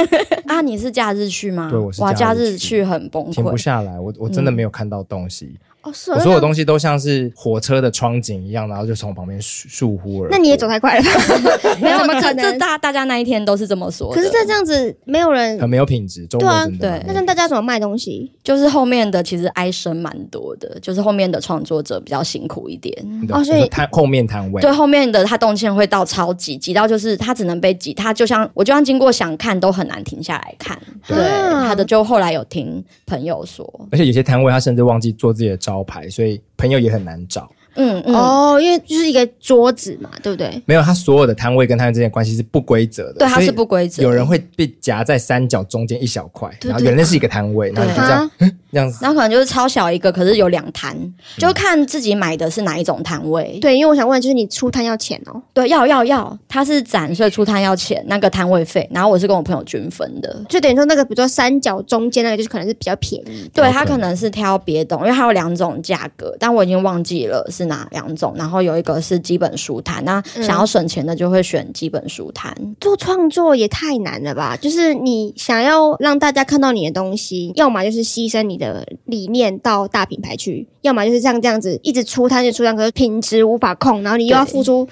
[SPEAKER 3] 啊，你是假日去吗？
[SPEAKER 1] 对我是
[SPEAKER 3] 哇，
[SPEAKER 1] 假
[SPEAKER 3] 假
[SPEAKER 1] 日
[SPEAKER 3] 日
[SPEAKER 1] 去
[SPEAKER 3] 去很崩
[SPEAKER 1] 停
[SPEAKER 3] 溃
[SPEAKER 1] 不，下来，我我真的没有看到东西，
[SPEAKER 2] 哦，是
[SPEAKER 1] 我所有东西都像是火车的窗景一样，然后就从我旁边疏疏忽而过
[SPEAKER 2] 那你也走太快了
[SPEAKER 3] [LAUGHS]
[SPEAKER 2] 吧？
[SPEAKER 3] 没有，
[SPEAKER 2] 怎么可
[SPEAKER 3] 这这
[SPEAKER 2] 能？
[SPEAKER 3] 大大家那一天都是这么说的。
[SPEAKER 2] 可是再这样子，没有人，
[SPEAKER 1] 很没有品质，周末
[SPEAKER 2] 对啊
[SPEAKER 1] 真的
[SPEAKER 3] 对
[SPEAKER 1] 蛮
[SPEAKER 2] 那让大家怎么卖东西？
[SPEAKER 3] 就是后面的其实哀声蛮多的，就是后面的创作者比较辛苦一点。
[SPEAKER 1] 你的
[SPEAKER 2] 哦所以
[SPEAKER 1] 就是摊后面摊位
[SPEAKER 3] 对，啊后面的他动线会到超级挤到，就是他只能被挤，他就像我就算经过想看都很难停下来看。
[SPEAKER 1] 对
[SPEAKER 3] 对，
[SPEAKER 2] 啊
[SPEAKER 3] 他的就后来有听朋友说，
[SPEAKER 1] 而且有些摊位他甚至忘记做自己的招牌，所以朋友也很难找。
[SPEAKER 3] 嗯嗯，
[SPEAKER 2] 哦，因为就是一个桌子嘛，对不对？
[SPEAKER 1] 没有，他所有的摊位跟摊位之间的关系是不规则的，
[SPEAKER 3] 对，他
[SPEAKER 1] 所以
[SPEAKER 3] 是不规则。
[SPEAKER 1] 有人会被夹在三角中间一小块，
[SPEAKER 3] 对
[SPEAKER 1] 然后
[SPEAKER 3] 对
[SPEAKER 1] 原来是一个摊位，然后你就这样
[SPEAKER 2] 啊，
[SPEAKER 1] 这样子，
[SPEAKER 3] 然后可能就是超小一个，可是有两摊，
[SPEAKER 1] 嗯
[SPEAKER 3] 就看自己买的是哪一种摊位。
[SPEAKER 2] 对，因为我想问，就是你出摊要钱哦，
[SPEAKER 3] 对，要要要，他是展，所以出摊要钱，那个摊位费，然后我是跟我朋友均分的。
[SPEAKER 2] 就等于说那个，比如说三角中间那个，就是可能是比较便宜。
[SPEAKER 3] 对
[SPEAKER 1] 有
[SPEAKER 3] 他
[SPEAKER 1] 可
[SPEAKER 3] 可能是挑别种，因为它有两种价格，但我已经忘记了是哪两种。然后有一个是基本书摊，那
[SPEAKER 2] 嗯
[SPEAKER 3] 想要省钱的就会选基本书 [LAUGHS] 摊。
[SPEAKER 2] 做创作也太难了吧！就是你想要让大家看到你的东西，要么就是牺牲你的理念到大品牌去，要么就是像这样子一直出摊就出摊，可是品质无法控，然后你又要付出，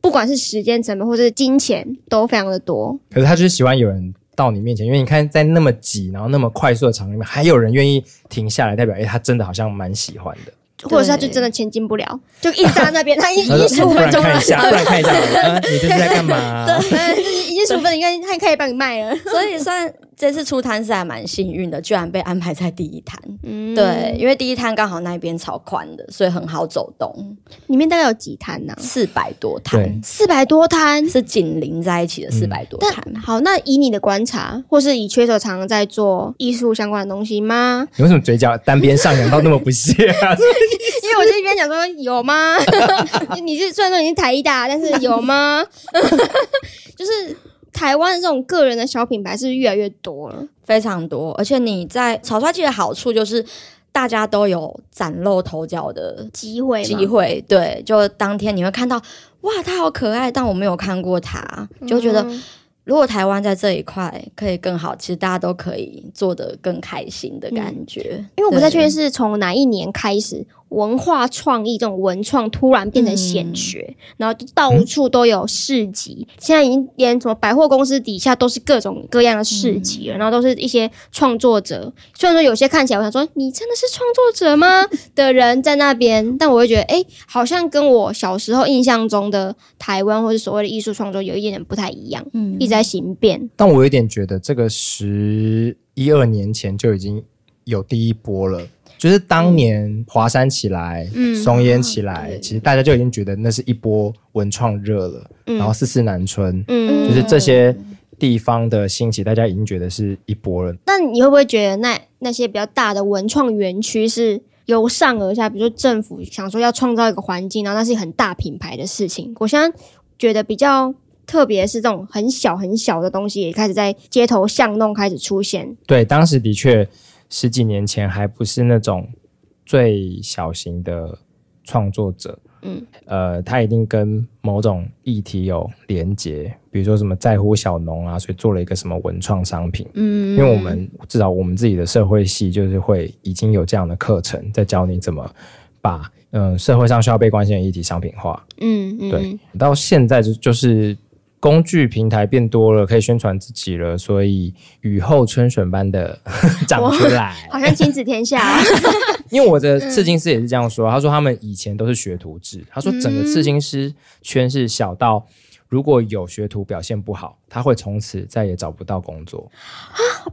[SPEAKER 2] 不管是时间成本或者是金钱，都非常的多。
[SPEAKER 1] 可是他就是喜欢有人到你面前，因为你看在那么挤，然后那么快速的场里面，还有人愿意停下来，代表哎、诶他真的好像蛮喜欢 [LAUGHS] 的。
[SPEAKER 2] 或者是他就真的前进不了，就一直站在那边，他已
[SPEAKER 1] 他
[SPEAKER 2] 经
[SPEAKER 1] 说
[SPEAKER 2] 已经十
[SPEAKER 1] 嗯
[SPEAKER 2] 五
[SPEAKER 1] 不
[SPEAKER 2] 分
[SPEAKER 1] 然
[SPEAKER 2] 钟了
[SPEAKER 1] 看一，下，不然看一下，啊，你这是在干嘛、 [LAUGHS]
[SPEAKER 2] 嗯 [LAUGHS] 已经十五分钟，你看他一开始帮你卖了，
[SPEAKER 3] 所以算这次出摊是还蛮幸运的，居然被安排在第一摊。
[SPEAKER 2] 嗯，
[SPEAKER 3] 对，，因为第一摊刚好那边超宽的，所以很好走动，
[SPEAKER 2] 里面大概有几摊呢？
[SPEAKER 3] 四百多
[SPEAKER 1] 对
[SPEAKER 3] 摊
[SPEAKER 2] 四百多摊，
[SPEAKER 3] 是紧邻在一起的四百多摊。
[SPEAKER 2] 但好，那以你的观察，或是以缺手常常在做艺术相关的东西
[SPEAKER 3] [LAUGHS]
[SPEAKER 2] 吗？
[SPEAKER 1] 你为什么嘴角单边上扬到那么不屑啊？ [LAUGHS]
[SPEAKER 2] 因为我这边讲说有
[SPEAKER 3] [LAUGHS]
[SPEAKER 2] 吗？你是虽然说你是台大，但是有吗？ [LAUGHS] 就是台湾这种个人的小品牌是不是越来越多了，
[SPEAKER 3] 非常多，而且你在草率季的好处就是大家都有崭露头角的
[SPEAKER 2] 机会吗
[SPEAKER 3] 机会，对，就当天你会看到，哇，他好可爱，但我没有看过他，就觉得、
[SPEAKER 2] 嗯
[SPEAKER 3] 如果台湾在这一块可以更好，其实大家都可以做得更开心的感觉。
[SPEAKER 2] 嗯因为我不太确定
[SPEAKER 3] 对，
[SPEAKER 2] 是从哪一年开始，文化创意这种文创突然变成显学，然后就到处都有市集，现在已经连什么百货公司底下都是各种各样的市集了，然后都是一些创作者。虽然说有些看起来我想说你真的是创作者吗 [LAUGHS] 的人在那边，但我会觉得哎、诶好像跟我小时候印象中的台湾或是所谓的艺术创作有一点点不太一样，
[SPEAKER 3] 嗯
[SPEAKER 2] 一直在形变。
[SPEAKER 1] 但我有点觉得这个十一二年前就已经有第一波了。就是当年华山起来，
[SPEAKER 2] 嗯
[SPEAKER 1] 松烟起来，
[SPEAKER 3] 对
[SPEAKER 1] 其实大家就已经觉得那是一波文创热了。
[SPEAKER 2] 嗯
[SPEAKER 1] 然后四四南村，
[SPEAKER 2] 嗯，
[SPEAKER 1] 就是这些地方的兴起，大家已经觉得是一波了。
[SPEAKER 2] 但你会不会觉得那那些比较大的文创园区是由上而下，比如说政府想说要创造一个环境，然后那是很大品牌的事情？我现在觉得比较特别是这种很小很小的东西也开始在街头巷弄开始出现。
[SPEAKER 1] 对，当时的确十几年前还不是那种最小型的创作者，
[SPEAKER 2] 嗯，
[SPEAKER 1] 呃，他一定跟某种议题有连结，比如说什么在乎小农啊，所以做了一个什么文创商品。
[SPEAKER 3] 嗯
[SPEAKER 1] 因为我们至少我们自己的社会系就是会已经有这样的课程，在教你怎么把嗯、呃社会上需要被关心的议题商品化。
[SPEAKER 2] 嗯嗯，
[SPEAKER 1] 对，到现在就就是工具平台变多了，可以宣传自己了，所以雨后春笋般的 [LAUGHS] 长出来。嗯
[SPEAKER 2] 好像亲子天下、啊。 [LAUGHS]
[SPEAKER 1] 因为我的刺青师也是这样说，他说他们以前都是学徒制，他说整个刺青师圈是小到。如果有学徒表现不好，他会从此再也找不到工作。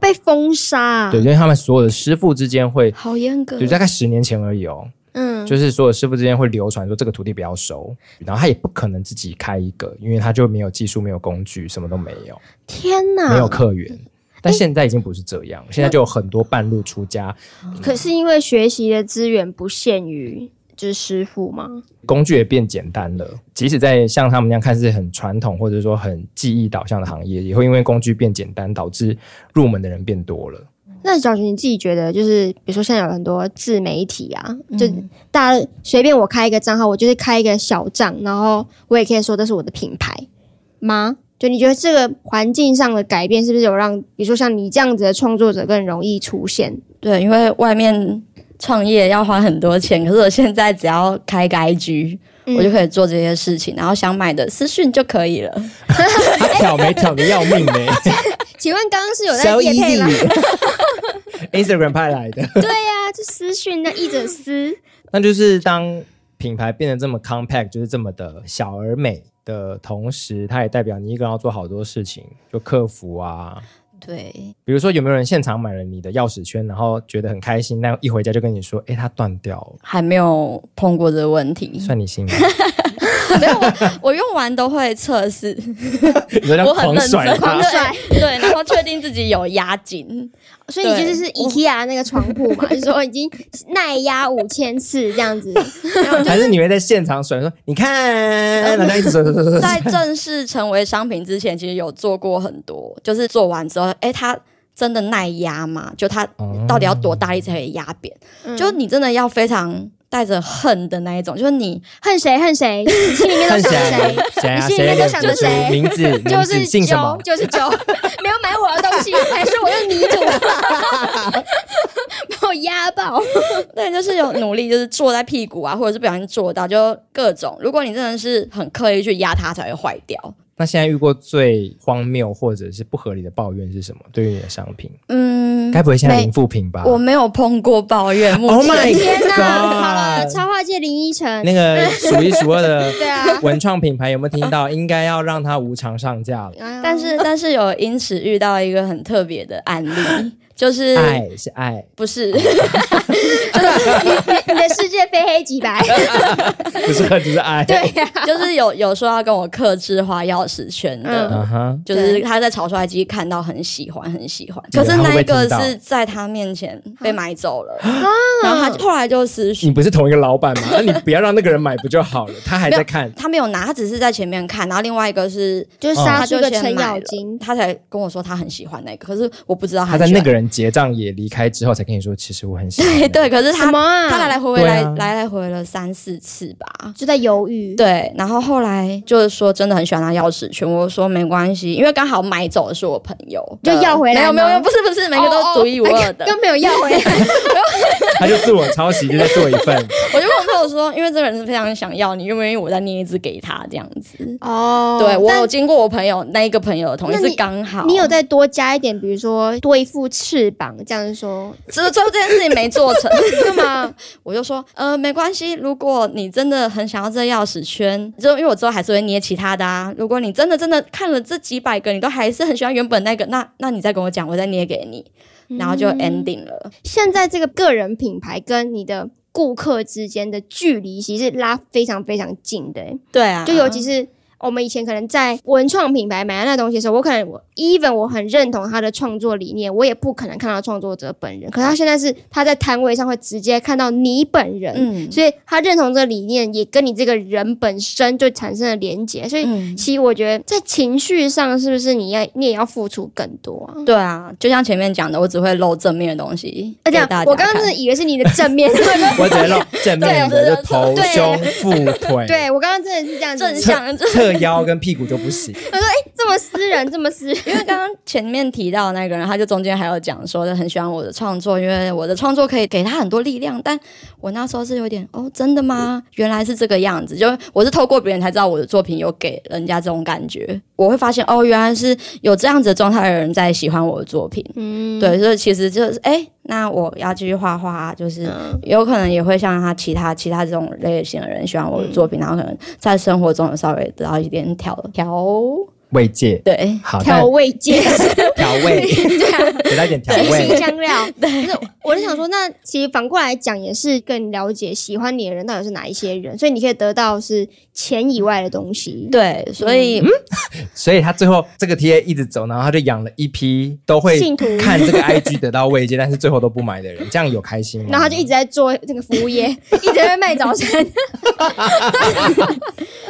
[SPEAKER 2] 被封杀啊
[SPEAKER 1] 对，，因为他们所有的师傅之间会，
[SPEAKER 2] 好严格
[SPEAKER 1] 就。大概十年前而已哦，
[SPEAKER 2] 嗯，
[SPEAKER 1] 就是所有师傅之间会流传说这个徒弟比较熟，然后他也不可能自己开一个，因为他就没有技术、没有工具，什么都没有。
[SPEAKER 2] 天
[SPEAKER 1] 没有
[SPEAKER 2] 哪！
[SPEAKER 1] 客源。但现在已经不是这样，现在就有很多半路出家，
[SPEAKER 2] 可是因为学习的资源不限于就是师傅嘛，
[SPEAKER 1] 工具也变简单了。即使在像他们那样看似很传统或者说很技艺导向的行业，也会因为工具变简单，导致入门的人变多了。
[SPEAKER 2] 那小徐你自己觉得，就是比如说现在有很多自媒体啊，
[SPEAKER 3] 嗯
[SPEAKER 2] 就大家随便我开一个账号，我就是开一个小账，然后我也可以说这是我的品牌吗？就你觉得这个环境上的改变是不是有让，比如说像你这样子的创作者更容易出现？
[SPEAKER 3] 对，因为外面创业要花很多钱，可是我现在只要开个 IG，、
[SPEAKER 2] 嗯
[SPEAKER 3] 我就可以做这些事情，然后想买的私讯就可以了。
[SPEAKER 2] [LAUGHS]
[SPEAKER 1] 他挑没挑的要命呢、
[SPEAKER 2] 请问刚刚是有
[SPEAKER 1] s
[SPEAKER 2] 在
[SPEAKER 1] o
[SPEAKER 2] 夜配吗？
[SPEAKER 1] easy。Instagram 派来的，
[SPEAKER 2] 对呀、就私讯那译者私，
[SPEAKER 1] 那就是当品牌变得这么 compact，就是这么的小而美的同时，它也代表你一个人要做好多事情，就客服啊，
[SPEAKER 3] 对，
[SPEAKER 1] 比如说，有没有人现场买了你的钥匙圈，然后觉得很开心，但一回家就跟你说：“哎、它断掉了，
[SPEAKER 3] 还没有碰过这个问题，
[SPEAKER 2] 嗯 [LAUGHS]
[SPEAKER 1] 算你幸运。
[SPEAKER 3] 没有 [LAUGHS] 我我用完都会测试，”
[SPEAKER 2] [LAUGHS]
[SPEAKER 1] 你说这样
[SPEAKER 3] 我很
[SPEAKER 1] 狂
[SPEAKER 3] 认
[SPEAKER 1] 甩
[SPEAKER 3] 真，
[SPEAKER 1] 它，
[SPEAKER 2] 甩
[SPEAKER 3] [LAUGHS] 对，对然后确定自己有压紧。
[SPEAKER 1] [LAUGHS]
[SPEAKER 2] 所以你就是是 IKEA 那个床铺嘛，就是说已经耐压五千次这样子。
[SPEAKER 1] 还是你会在现场甩说：“你
[SPEAKER 2] 嗯
[SPEAKER 1] 看，然后一直甩甩甩甩甩。
[SPEAKER 3] 在正式成为商品之前，其实有做过很多，就是做完之后，哎、它真的耐压吗？就它
[SPEAKER 1] 哦
[SPEAKER 3] 到底要多大力才可以压扁？
[SPEAKER 1] 嗯
[SPEAKER 3] 就你真的要非常带着恨的那一种，就是你
[SPEAKER 2] 恨谁
[SPEAKER 1] [LAUGHS]
[SPEAKER 2] 恨谁，你心里”面都
[SPEAKER 1] 看起
[SPEAKER 2] 想着
[SPEAKER 1] 来
[SPEAKER 2] 谁。
[SPEAKER 1] 谁啊？
[SPEAKER 2] 你心里
[SPEAKER 1] 谁
[SPEAKER 2] 面
[SPEAKER 1] 的
[SPEAKER 2] 都想着谁
[SPEAKER 1] 名
[SPEAKER 2] [LAUGHS]
[SPEAKER 1] 字？名
[SPEAKER 2] 就是
[SPEAKER 1] 字
[SPEAKER 2] 九
[SPEAKER 1] 姓什么？
[SPEAKER 2] 就是九，没有买我的东西，还说我是泥
[SPEAKER 1] [LAUGHS]
[SPEAKER 2] 土， [LAUGHS] 把我压爆。
[SPEAKER 3] 对，就是有努力，就是坐在屁股啊，或者是不小心坐到，就各种。如果你真的是很刻意去压它，才会坏掉。
[SPEAKER 1] 那现在遇过最荒谬或者是不合理的抱怨是什么？对于你的商品，
[SPEAKER 3] 嗯，
[SPEAKER 1] 该不会现在
[SPEAKER 3] 没
[SPEAKER 1] 零负评吧？
[SPEAKER 3] 我没有碰过抱怨，目
[SPEAKER 1] Oh
[SPEAKER 3] 前
[SPEAKER 1] my
[SPEAKER 2] 天哪，好了，
[SPEAKER 1] god！
[SPEAKER 2] 插画界林依晨，
[SPEAKER 1] 那个数一数二的
[SPEAKER 2] 对啊，
[SPEAKER 1] 文创品牌有没有听到？应该要让它无偿上架
[SPEAKER 2] [LAUGHS]
[SPEAKER 1] 了。
[SPEAKER 2] 但
[SPEAKER 3] 但是但是有因此遇到一个很特别的案例，就是
[SPEAKER 1] 爱是爱，
[SPEAKER 3] 不是 [LAUGHS]
[SPEAKER 2] 你的世界非黑即白，
[SPEAKER 1] 不是恨就是爱。
[SPEAKER 2] 对呀，
[SPEAKER 3] 就是有有说要跟我克制化钥匙圈的。
[SPEAKER 1] 嗯哼，
[SPEAKER 3] 就是他在炒出来机看到很喜欢很喜欢，
[SPEAKER 1] 对
[SPEAKER 3] 可是
[SPEAKER 1] 他会
[SPEAKER 3] 那一
[SPEAKER 1] 不会
[SPEAKER 3] 个
[SPEAKER 1] 听到
[SPEAKER 3] 是在他面前被
[SPEAKER 2] 嗯
[SPEAKER 3] 买走了，
[SPEAKER 2] 啊
[SPEAKER 3] 然后他就后来就私讯
[SPEAKER 1] 你不是同一个老板吗？那你不要让那个人买不就好了？他还在看，
[SPEAKER 3] 他没有拿，他只是在前面看，然后另外一个是
[SPEAKER 2] 就是
[SPEAKER 1] 杀
[SPEAKER 2] 杀
[SPEAKER 3] 他
[SPEAKER 2] 出
[SPEAKER 3] 就
[SPEAKER 2] 个
[SPEAKER 3] 先
[SPEAKER 2] 程
[SPEAKER 3] 买
[SPEAKER 2] 咬
[SPEAKER 3] 了
[SPEAKER 2] 金，
[SPEAKER 3] 他才跟我说他很喜欢那个，可是我不知道
[SPEAKER 1] 他
[SPEAKER 3] 他
[SPEAKER 1] 在
[SPEAKER 3] 喜
[SPEAKER 1] 那
[SPEAKER 3] 欢
[SPEAKER 1] 个人结账也离开之后，才跟你说，其实我很喜欢你。
[SPEAKER 3] [LAUGHS] 对对，可是
[SPEAKER 2] 什
[SPEAKER 3] 他
[SPEAKER 2] 么啊？
[SPEAKER 3] 他来来回回
[SPEAKER 1] 对
[SPEAKER 3] 来
[SPEAKER 1] 啊
[SPEAKER 3] 来来回了三四次吧。
[SPEAKER 2] 就在犹豫。
[SPEAKER 3] 对，然后后来就是说真的很喜欢他钥匙圈，我说没关系，因为刚好买走的是我朋友，
[SPEAKER 2] 就要回来
[SPEAKER 3] 没有没有
[SPEAKER 2] 吗哦
[SPEAKER 3] 没有，不是不是，每个都独一无二
[SPEAKER 2] [LAUGHS]
[SPEAKER 3] 的。
[SPEAKER 2] 都没有要回来。
[SPEAKER 1] 他就自我抄袭，就在做一份。
[SPEAKER 3] 我就跟我朋友说，因为这个人是非常想要你，愿不愿意我再捏一只给他这样子？
[SPEAKER 2] 哦
[SPEAKER 3] 对我有经过我朋友那一个朋友的同意
[SPEAKER 2] 那
[SPEAKER 3] 是
[SPEAKER 2] 你
[SPEAKER 3] 刚好，
[SPEAKER 2] 你有再多加一点，比如说多一副翅膀，这样说
[SPEAKER 3] 只是最后这件事情没做成，
[SPEAKER 2] 干嘛？
[SPEAKER 3] 我就说，呃，没关系，如果你真的很想要这钥匙圈，就因为我之后还是会捏其他的啊。如果你真的真的看了这几百个，你都还是很喜欢原本那个，那那你再跟我讲，我再捏给你，然后就 ending 了。
[SPEAKER 2] 现在这个个人品牌跟你的顾客之间的距离其实拉非常非常近的、欸
[SPEAKER 3] 对啊，
[SPEAKER 2] 就尤其是我们以前可能在文创品牌买到那东西的时候，我可能我 even 我很认同他的创作理念，我也不可能看到创作者本人，可是他现在是他在摊位上会直接看到你本人，
[SPEAKER 3] 嗯
[SPEAKER 2] 所以他认同这个理念，也跟你这个人本身就产生了连结，所以。
[SPEAKER 3] 嗯，
[SPEAKER 2] 其实我觉得在情绪上，是不是你要你也要付出更多啊？
[SPEAKER 3] 对啊，就像前面讲的，我只会露正面的东西
[SPEAKER 2] 而
[SPEAKER 3] 给
[SPEAKER 2] 且
[SPEAKER 3] 大家看。
[SPEAKER 2] 我刚刚真的以为是你的正面， [LAUGHS]
[SPEAKER 1] 我只能露正面的，
[SPEAKER 3] 对
[SPEAKER 1] 就头、
[SPEAKER 2] 对
[SPEAKER 1] 胸、腹、腿、
[SPEAKER 2] 对我刚刚真的是这样子，
[SPEAKER 3] 正向，正
[SPEAKER 1] 侧腰跟屁股就不行。
[SPEAKER 2] 这么私人，这么
[SPEAKER 3] [LAUGHS]
[SPEAKER 2] 私人，
[SPEAKER 3] 因为刚刚前面提到那个人，他就中间还有讲说，就很喜欢我的创作，因为我的创作可以给他很多力量。但我那时候是有点哦，真的吗？原来是这个样子，就我是透过别人才知道我的作品有给人家这种感觉。我会发现哦，原来是有这样子的状态的人在喜欢我的作品。
[SPEAKER 2] 嗯，
[SPEAKER 3] 对，所以其实就是哎、那我要继续画画啊，就是有可能也会像他其他其他这种类型的人喜欢我的作品，然后可能在生活中有稍微得到一点调调，
[SPEAKER 1] 慰藉，
[SPEAKER 3] 对，
[SPEAKER 1] 好，
[SPEAKER 2] 调味界。
[SPEAKER 1] 但调味，给他一点调
[SPEAKER 2] 甜
[SPEAKER 1] 味
[SPEAKER 2] 心。香料。对，是我就想说，那其实反过来讲，也是更了解喜欢你的人到底是哪一些人，所以你可以得到是钱以外的东西。
[SPEAKER 3] 对，所以
[SPEAKER 1] 所以他最后这个 T A 一直走，然后他就养了一批都会
[SPEAKER 2] 信徒
[SPEAKER 1] 看这个 I G 得到慰藉，但是最后都不买的人，这样有开心吗？
[SPEAKER 2] 然后他就一直在做这个服务业，一直在卖早餐。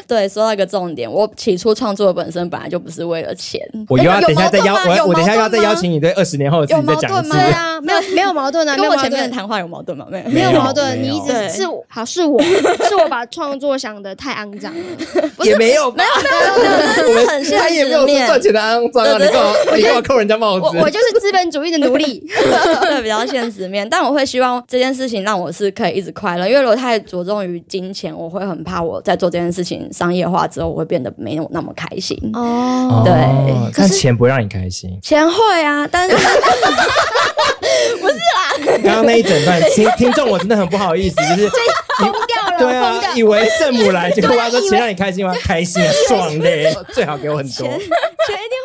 [SPEAKER 3] 对，说到一个重点，我起初创作本身本来就不是为了钱，
[SPEAKER 1] 我又要
[SPEAKER 3] 有
[SPEAKER 1] 等一下再邀
[SPEAKER 3] 有矛盾吗
[SPEAKER 1] 我，我等一下又要再
[SPEAKER 3] 有矛盾吗
[SPEAKER 1] 邀请你对二十年后的自己再讲一
[SPEAKER 3] 有
[SPEAKER 1] 次
[SPEAKER 3] 矛。
[SPEAKER 1] [LAUGHS]
[SPEAKER 2] 对啊，没有没有矛盾啊，没
[SPEAKER 3] 跟
[SPEAKER 2] 有
[SPEAKER 3] 我
[SPEAKER 2] 矛
[SPEAKER 3] 前面的
[SPEAKER 2] 盾。
[SPEAKER 3] 谈话有矛盾吗？没有，
[SPEAKER 2] 没有
[SPEAKER 1] 没有
[SPEAKER 2] 矛盾，
[SPEAKER 1] 没有
[SPEAKER 2] 你一直
[SPEAKER 3] 对
[SPEAKER 2] 是我好是我是我把创作想的太肮脏了，
[SPEAKER 1] 也没有吧，
[SPEAKER 3] 我们很现
[SPEAKER 1] 他也没有说
[SPEAKER 3] 实面
[SPEAKER 1] 赚，钱的肮脏啊！你
[SPEAKER 3] 对对
[SPEAKER 1] 干嘛？你干嘛扣人家帽
[SPEAKER 2] 我
[SPEAKER 1] 子？
[SPEAKER 2] 我就是资本主义的奴隶。
[SPEAKER 3] [LAUGHS] 对，比较现实面。但我会希望这件事情让我是可以一直快乐，因为如果太着重于金钱，我会很怕我在做这件事情商业化之后，我会变得没有那么开心。
[SPEAKER 1] 嗯 [LAUGHS]
[SPEAKER 2] 哦
[SPEAKER 3] 对
[SPEAKER 1] 哦
[SPEAKER 2] 可
[SPEAKER 1] 但
[SPEAKER 2] 是
[SPEAKER 1] 钱不让你开
[SPEAKER 3] [LAUGHS]
[SPEAKER 1] 心。
[SPEAKER 3] 钱会啊，但是 [LAUGHS]
[SPEAKER 1] 刚刚那一整段，听听众我真的很不好意思，就是
[SPEAKER 2] 疯掉了，
[SPEAKER 1] 对
[SPEAKER 2] 疯掉
[SPEAKER 1] 啊，以为圣母来，结果
[SPEAKER 3] 啊
[SPEAKER 1] 他说钱让你开心吗？开心啊，爽嘞，最好给我很多。
[SPEAKER 3] 钱一定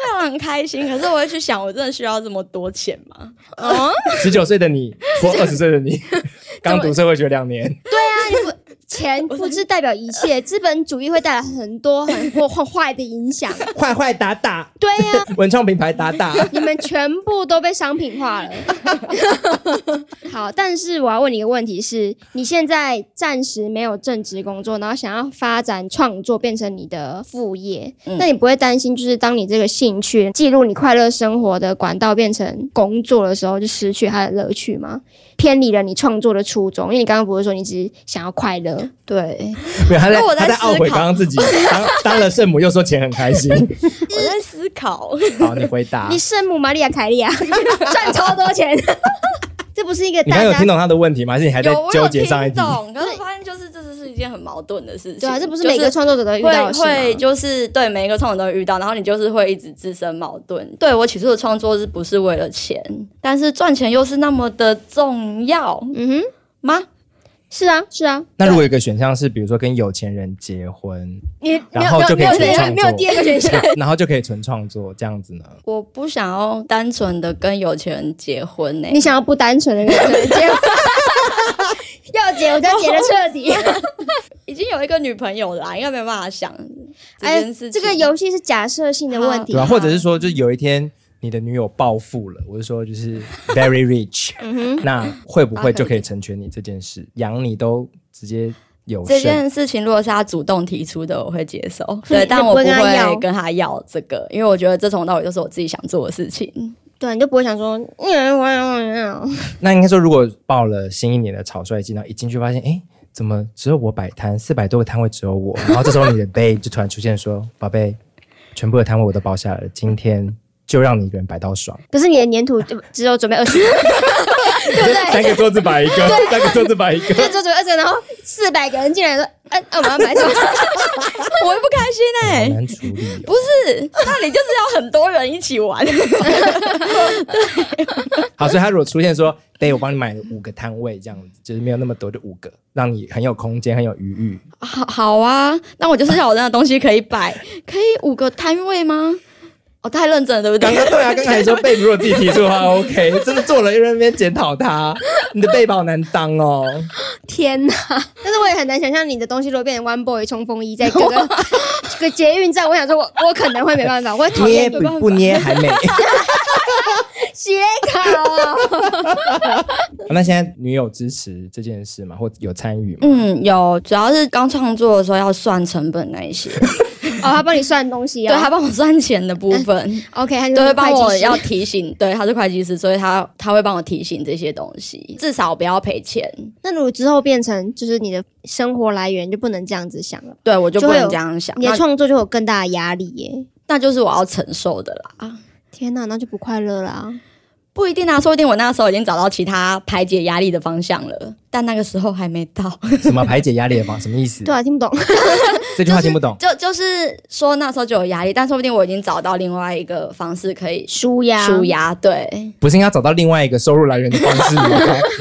[SPEAKER 3] 会让人开心。可是我会去想，我真的需要这么多钱吗？
[SPEAKER 1] 十九岁的你或二十岁的你，刚读社会学两
[SPEAKER 3] [LAUGHS]
[SPEAKER 1] 年，
[SPEAKER 2] 钱啊不是代表一切，资本主义会带来很多很或很坏的影响。
[SPEAKER 1] 坏坏打打，
[SPEAKER 2] 对呀、
[SPEAKER 1] 文创品牌打打，
[SPEAKER 2] 你们全部都被商品化了。好，但是我要问你一个问题是：你现在暂时没有正职工作，然后想要发展创作变成你的副业，那你不会担心，就是当你这个兴趣记录你快乐生活的管道变成工作的时候，就失去它的乐趣吗？偏离了你创作的初衷，因为你刚刚不是说你只是想要快乐？
[SPEAKER 3] [LAUGHS] 对，
[SPEAKER 1] 没有他在
[SPEAKER 3] 那我在
[SPEAKER 1] 他在
[SPEAKER 3] 思考
[SPEAKER 1] 懊悔刚刚自己当当了圣母，又说钱很开心。
[SPEAKER 3] 我在思考。
[SPEAKER 1] 好，你回
[SPEAKER 3] 啊
[SPEAKER 1] 答
[SPEAKER 2] [LAUGHS] 你。圣母玛利亚凯
[SPEAKER 3] [LAUGHS]
[SPEAKER 2] 莉啊，赚超多钱， [LAUGHS] 这不是一个
[SPEAKER 1] 你刚
[SPEAKER 2] 大
[SPEAKER 1] 刚有
[SPEAKER 2] 家
[SPEAKER 1] 听懂他的问题吗？还是你还在
[SPEAKER 3] 有，我有
[SPEAKER 1] 纠结上一
[SPEAKER 3] 听
[SPEAKER 1] 题？
[SPEAKER 3] 懂，可是我发现就是这只是一件很矛盾的事情。
[SPEAKER 2] 对啊，这不是
[SPEAKER 3] 就
[SPEAKER 2] 每个创作者都遇到
[SPEAKER 3] 会
[SPEAKER 2] 的事吗
[SPEAKER 3] 会就是对每一个创作者都遇到，然后你就是会一直自身矛盾。对我起初的创作是不是为了钱？但是赚钱又是那么的重要
[SPEAKER 2] 嗯哼，
[SPEAKER 3] 吗？
[SPEAKER 2] 是啊，是啊，
[SPEAKER 1] 那如果有一个选项是，比如说跟有钱人结婚，
[SPEAKER 2] 你没
[SPEAKER 1] 然
[SPEAKER 2] 有
[SPEAKER 1] 后
[SPEAKER 2] 没
[SPEAKER 1] 就
[SPEAKER 2] 有
[SPEAKER 1] 可
[SPEAKER 2] 没
[SPEAKER 1] 以纯
[SPEAKER 2] 有没
[SPEAKER 1] 创
[SPEAKER 2] 有没有第
[SPEAKER 1] 作，
[SPEAKER 2] 二个
[SPEAKER 1] [LAUGHS]
[SPEAKER 2] 选 [LAUGHS] 项，
[SPEAKER 1] 然后就可以纯创作这样子呢？
[SPEAKER 3] 我不想要单纯的跟有钱人结婚欸呢、
[SPEAKER 2] 你想要不单纯的那个结婚， [LAUGHS] 要结我就要结的彻
[SPEAKER 3] [LAUGHS]
[SPEAKER 2] 底。哎
[SPEAKER 3] 已经有一个女朋友了啊、应该没有办法想这
[SPEAKER 2] 哎
[SPEAKER 3] 件事情。，
[SPEAKER 2] 这个游戏是假设性的问题
[SPEAKER 1] 对吧、，或者是说，就是有一天你的女友暴富了，我是说就是 very rich，那
[SPEAKER 2] 嗯
[SPEAKER 1] 会
[SPEAKER 2] 啊
[SPEAKER 1] 不会就可以成全你这件事？养你都直接有
[SPEAKER 3] 这
[SPEAKER 1] 剩，
[SPEAKER 3] 件事情如果是他主动提出的，我会接
[SPEAKER 2] [LAUGHS]
[SPEAKER 3] 受。对，但
[SPEAKER 2] 你
[SPEAKER 3] 我
[SPEAKER 2] 不
[SPEAKER 3] 不
[SPEAKER 2] 跟他要 [LAUGHS]
[SPEAKER 3] 会跟他要这个，因为我觉得这从头到尾就是我自己想做的事情。
[SPEAKER 2] 对，啊你就不会想说，嗯，我我
[SPEAKER 1] 那应该说，如果报了新一年的草率季，然后一进去发现，哎，怎么只有我摆摊？四百多个摊位只有我，然后这时候你的 babe 就突然出现说：“宝贝，全部的摊位我都包下了，今天就让你一个人摆到爽。
[SPEAKER 2] 可是你的粘土就只有准备
[SPEAKER 1] [LAUGHS]
[SPEAKER 2] 二十，对不对？ [LAUGHS]
[SPEAKER 1] 三个桌子摆一个，三个桌子摆一个。
[SPEAKER 2] 就只有准备二十，然后四百个人进来说，嗯、啊，我们要买什么？
[SPEAKER 3] 我会不开心哎、
[SPEAKER 1] 很难处理、
[SPEAKER 3] 不
[SPEAKER 1] 哦。
[SPEAKER 3] 是，那你就是要很多人一起玩。 [LAUGHS]
[SPEAKER 1] 好，所以他如果出现说，对我帮你买了五个摊位，这样子就是没有那么多，就五个，让你很有空间，很有余裕。
[SPEAKER 3] 好好啊，那我就是要有那个东西可以摆，可以五个摊位吗？哦，太认真了，对不
[SPEAKER 1] 刚刚
[SPEAKER 3] 对？
[SPEAKER 1] 对啊，刚才说贝如果自己提出的话，OK，真的做了一人在那边检讨啊他， [LAUGHS] 你的贝宝难当哦。
[SPEAKER 2] 天哪！ [LAUGHS] 但是我也很难想象你的东西如果变成 One Boy 冲锋衣，在 [LAUGHS] 各个这个捷运站，我想说我我可能会没办
[SPEAKER 3] [LAUGHS]
[SPEAKER 2] 法，我会讨
[SPEAKER 1] 捏
[SPEAKER 2] 厌
[SPEAKER 1] 比不捏还 [LAUGHS] 哦美。
[SPEAKER 2] 写
[SPEAKER 3] [LAUGHS]
[SPEAKER 2] 稿。
[SPEAKER 1] 那现在女友支持这件事嘛，或有参与吗？
[SPEAKER 3] 嗯，有，主要是刚创作的时候要算成本那一些，
[SPEAKER 2] 哦，他帮你算东西
[SPEAKER 3] 对
[SPEAKER 2] 啊
[SPEAKER 3] 他。帮我算钱的部分，
[SPEAKER 2] OK，他就
[SPEAKER 3] 对，会
[SPEAKER 2] 是
[SPEAKER 3] 帮
[SPEAKER 2] 会计
[SPEAKER 3] 我
[SPEAKER 2] 师
[SPEAKER 3] 要提醒，对，他是会计师，所以他他会帮我提醒这些东西，至少不要赔钱。
[SPEAKER 2] 那如果之后变成就是你的生活来源，就不能这样子想了，
[SPEAKER 3] 对我就
[SPEAKER 2] 就
[SPEAKER 3] 不
[SPEAKER 2] 会
[SPEAKER 3] 能
[SPEAKER 2] 有
[SPEAKER 3] 这样想，
[SPEAKER 2] 你的
[SPEAKER 3] 那
[SPEAKER 2] 创作就有更大的压力耶。
[SPEAKER 3] 那就是我要承受的啦。
[SPEAKER 2] 天哪，那就不快乐啊啦！
[SPEAKER 3] 不一定啊，说不定我那时候已经找到其他排解压力的方向了，但那个时候还没到。 [LAUGHS]
[SPEAKER 1] 什么排解压力的方？什么意思？
[SPEAKER 2] 对啊，听不懂。 [LAUGHS]
[SPEAKER 1] 这句话听不懂。
[SPEAKER 3] 就就是说那时候就有压力，但说不定我已经找到另外一个方式可以
[SPEAKER 2] 舒压，
[SPEAKER 3] 舒压。对，
[SPEAKER 1] 不是应该找到另外一个收入来源的方式
[SPEAKER 2] [LAUGHS]
[SPEAKER 1] 吗？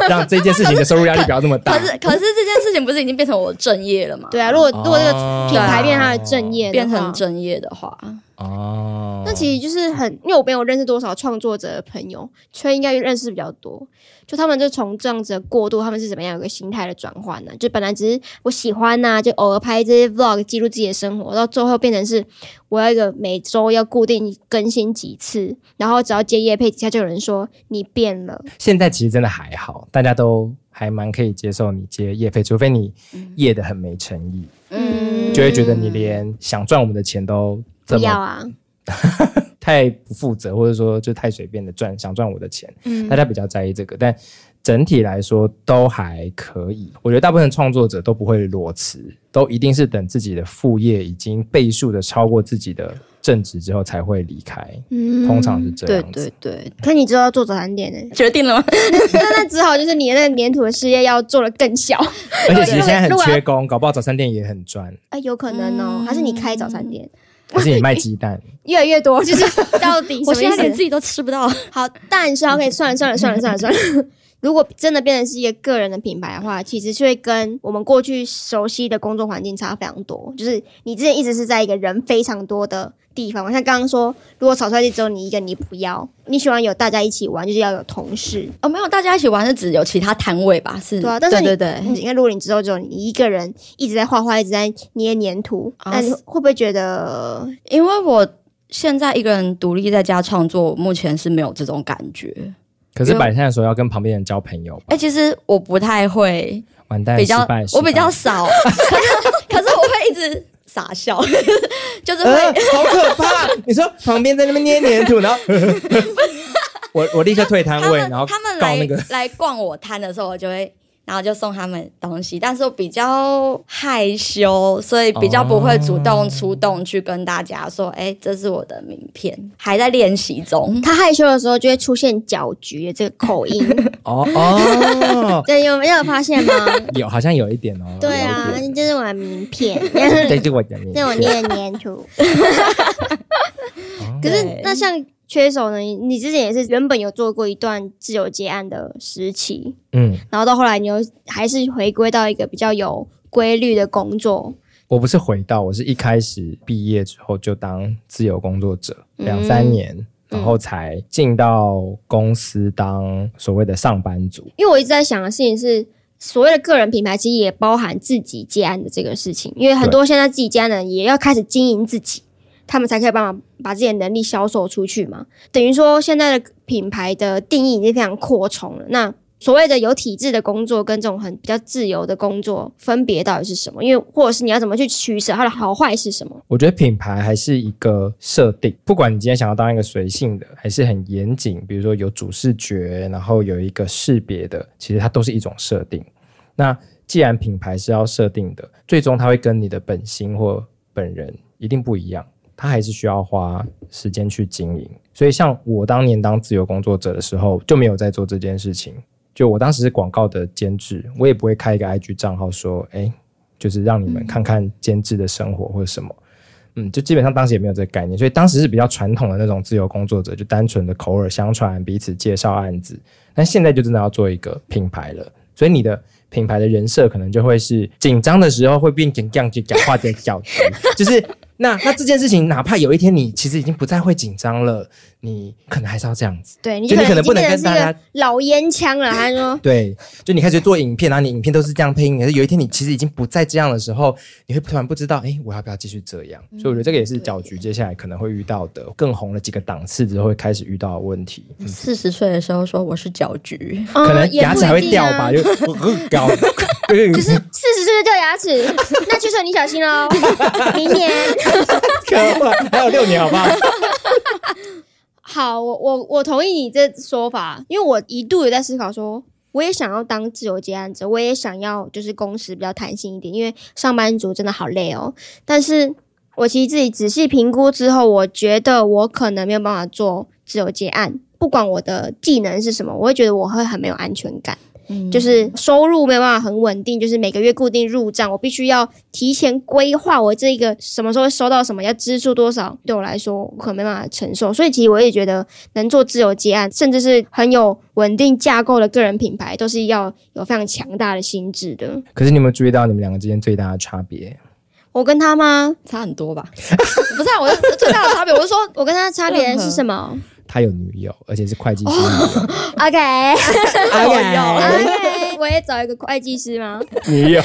[SPEAKER 1] 让这件事情的收入压力不要这么大
[SPEAKER 3] 可。是可是这件事情不是已经变成我正业了吗？
[SPEAKER 2] 对啊，如果如果这个
[SPEAKER 1] 哦
[SPEAKER 2] 品牌变成他的正业的话，
[SPEAKER 3] 变成正业的话，
[SPEAKER 1] 哦，
[SPEAKER 2] 那其实就是很，因为我没有认识多少创作者的朋友，圈应该认识比较多。就他们就从这样子的过渡，他们是怎么样有个心态的转换呢？就本来只是我喜欢呐、就偶尔拍这些 vlog 记录自己的生活，到最后变成是我要一个每周要固定更新几次，然后只要接夜配底下就有人说你变了，
[SPEAKER 1] 现在其实真的还好，大家都还蛮可以接受你接业费，除非你业的很没诚意，
[SPEAKER 2] 嗯
[SPEAKER 1] 就会觉得你连想赚我们的钱都
[SPEAKER 2] 不
[SPEAKER 1] 这
[SPEAKER 2] 要
[SPEAKER 1] 么
[SPEAKER 2] 啊，
[SPEAKER 1] 太不负责，或者说就太随便的赚，想赚我的钱。
[SPEAKER 2] 嗯
[SPEAKER 1] 大，家比较在意这个，但整体来说都还可以。我觉得大部分创作者都不会裸辞，都一定是等自己的副业已经倍数的超过自己的正职之后才会离开，
[SPEAKER 2] 嗯
[SPEAKER 1] 通常是这
[SPEAKER 3] 对
[SPEAKER 1] 样子。
[SPEAKER 3] 对对，
[SPEAKER 2] 可你知道要做早餐店呢、
[SPEAKER 3] 决定了吗？
[SPEAKER 2] 那那只好就是你的那个粘土的事业要做的更小，
[SPEAKER 1] 而且其实现在很
[SPEAKER 2] 如果
[SPEAKER 1] 缺工，搞不好早餐店也很
[SPEAKER 3] [LAUGHS]
[SPEAKER 1] 赚，
[SPEAKER 2] 啊、有可能哦、还是你开早餐店
[SPEAKER 1] 而且也卖鸡蛋。
[SPEAKER 2] 越来越多，就是 [LAUGHS] 到底什
[SPEAKER 3] 我
[SPEAKER 2] 么意
[SPEAKER 3] 现在连
[SPEAKER 2] 思？
[SPEAKER 3] 自己都吃不到。
[SPEAKER 2] 好，但是 OK，算了算了算了算了算了。如果真的变成是一个个人的品牌的话，其实就会跟我们过去熟悉的工作环境差非常多。就是你之前一直是在一个人非常多的地方，像刚刚说，如果草率就只有你一个，你不要，你喜欢有大家一起玩，就是要有同事，
[SPEAKER 3] 哦，没有，大家一起玩是指有其他摊位吧？是，
[SPEAKER 2] 对啊。但是你
[SPEAKER 3] 对对对，
[SPEAKER 2] 你看，如果你之后只有你一个人一直在画画，一直在捏黏土，
[SPEAKER 3] 啊
[SPEAKER 2] 那你会不会觉得
[SPEAKER 3] 因为我现在一个人独立在家创作，目前是没有这种感觉。
[SPEAKER 1] 可是摆摊的时候要跟旁边人交朋友吧
[SPEAKER 3] 哎、，其实我不太会，
[SPEAKER 1] 完蛋，
[SPEAKER 3] 比较
[SPEAKER 1] 哎失败
[SPEAKER 3] 我比较
[SPEAKER 1] 失 [LAUGHS]
[SPEAKER 3] 少，可是可是我会一直傻笑， [LAUGHS] 就是
[SPEAKER 1] 败呃，
[SPEAKER 3] 会、
[SPEAKER 1] 好可
[SPEAKER 3] [LAUGHS]
[SPEAKER 1] 怕！你说旁边在那边捏黏土，然后我我立刻退摊
[SPEAKER 3] 他
[SPEAKER 1] 位，
[SPEAKER 3] 们
[SPEAKER 1] 然后
[SPEAKER 3] 他们
[SPEAKER 1] 告
[SPEAKER 3] 来、
[SPEAKER 1] 那个
[SPEAKER 3] 来逛我摊的时候，我就会。然后就送他们东西，但是我比较害羞，所以比较不会主动出动去跟大家说，哎、这是我的名片，还在练习中。
[SPEAKER 2] 他害羞的时候就会出现搅局的这个口音？ [LAUGHS]
[SPEAKER 1] 哦
[SPEAKER 3] [LAUGHS]
[SPEAKER 1] 哦，
[SPEAKER 2] 对，有没有发现吗？
[SPEAKER 1] 有好像有一点哦，
[SPEAKER 2] 对
[SPEAKER 1] 有
[SPEAKER 2] 啊
[SPEAKER 1] 一，点
[SPEAKER 2] 这是我的名 [LAUGHS] 片，
[SPEAKER 1] 对，就我的名
[SPEAKER 2] 这是我
[SPEAKER 1] 片
[SPEAKER 2] 捏的粘土。 [LAUGHS] 哦
[SPEAKER 1] 哦
[SPEAKER 2] 啊可是
[SPEAKER 3] 对
[SPEAKER 2] 那像缺手呢？你你之前也是原本有做过一段自由接案的时期，
[SPEAKER 1] 嗯，
[SPEAKER 2] 然后到后来你又还是回归到一个比较有规律的工作，
[SPEAKER 1] 我不是回到，我是一开始毕业之后就当自由工作者
[SPEAKER 3] 嗯
[SPEAKER 1] 两三年，然后才进到公司当所谓的上班族。
[SPEAKER 2] 因为我一直在想的事情是，所谓的个人品牌其实也包含自己接案的这个事情，因为很多现在自己接案的人也要开始经营自己，他们才可以办法把自己的能力销售出去嘛。等于说现在的品牌的定义已经非常扩充了，那所谓的有体制的工作跟这种很比较自由的工作分别到底是什么？因为或者是你要怎么去取舍它的好坏是什么？
[SPEAKER 1] 我觉得品牌还是一个设定，不管你今天想要当一个随性的，还是很严谨，比如说有主视觉，然后有一个识别的，其实它都是一种设定。那既然品牌是要设定的，最终它会跟你的本心或本人一定不一样，它还是需要花时间去经营。所以，像我当年当自由工作者的时候，就没有在做这件事情。就我当时是广告的监制，我也不会开一个 IG 账号说，哎、就是让你们看看监制的生活或者什么。嗯，就基本上当时也没有这个概念，所以当时是比较传统的那种自由工作者，就单纯的口耳相传，彼此介绍案子。但现在就真的要做一个品牌了，所以你的品牌的人设可能就会是紧张的时候会变成这样，就讲话点小急，就是那那这件事情，哪怕有一天你其实已经不再会紧张了，你可能还是要这样子。
[SPEAKER 2] 对，你
[SPEAKER 1] 就
[SPEAKER 2] 就
[SPEAKER 1] 你可能
[SPEAKER 2] 已经
[SPEAKER 1] 不能
[SPEAKER 2] 变成
[SPEAKER 1] 跟
[SPEAKER 2] 是
[SPEAKER 1] 大
[SPEAKER 2] 一
[SPEAKER 1] 家
[SPEAKER 2] 个老烟枪了。他说
[SPEAKER 1] 对，就你开始做影片，啊然后你影片都是这样配音，可是有一天你其实已经不再这样的时候，你会突然不知道，哎，我要不要继续这样？
[SPEAKER 2] 嗯
[SPEAKER 1] 所以我觉得这个也是搅局接下来可能会遇到的，更红了几个档次之后会开始遇到的问题，嗯
[SPEAKER 3] 四十岁的时候说我是搅局，
[SPEAKER 2] [LAUGHS] 嗯
[SPEAKER 1] 可能
[SPEAKER 2] 也
[SPEAKER 1] 牙
[SPEAKER 2] 不
[SPEAKER 1] 齿还会
[SPEAKER 2] 一定
[SPEAKER 1] 掉
[SPEAKER 2] 啊
[SPEAKER 1] 吧，就搞， [LAUGHS] 就
[SPEAKER 2] 就是 [LAUGHS] 四十岁就掉牙齿， [LAUGHS] 那去岁你小心喽，明年。
[SPEAKER 1] 可怕，还有六年好不好？
[SPEAKER 2] 好，我我我同意你这说法，因为我一度有在思考说，我也想要当自由接案者，我也想要就是工时比较弹性一点，因为上班族真的好累哦。但是我其实自己仔细评估之后，我觉得我可能没有办法做自由接案，不管我的技能是什么，我会觉得我会很没有安全感。
[SPEAKER 3] 嗯
[SPEAKER 2] 就是收入没有办法很稳定，就是每个月固定入账，我必须要提前规划我这个什么时候会收到什么，要支出多少，对我来说我可能没办法承受。所以其实我也觉得能做自由接案，甚至是很有稳定架构的个人品牌，都是要有非常强大的心智的。
[SPEAKER 1] 可是你有没有注意到你们两个之间最大的差别？
[SPEAKER 2] 我跟他吗？
[SPEAKER 3] 差很多 [LAUGHS] 吧？
[SPEAKER 2] 不是、啊，我是最大的差别，我
[SPEAKER 3] [LAUGHS]
[SPEAKER 2] 是说我跟他的差别是什么
[SPEAKER 1] 他有女友，而且是会计师
[SPEAKER 2] 哦
[SPEAKER 1] [LAUGHS]
[SPEAKER 2] [LAUGHS]
[SPEAKER 1] 女
[SPEAKER 2] ？OK
[SPEAKER 3] 哎
[SPEAKER 2] OK，我也 [LAUGHS] 找一个会计师吗？
[SPEAKER 1] 友，女友，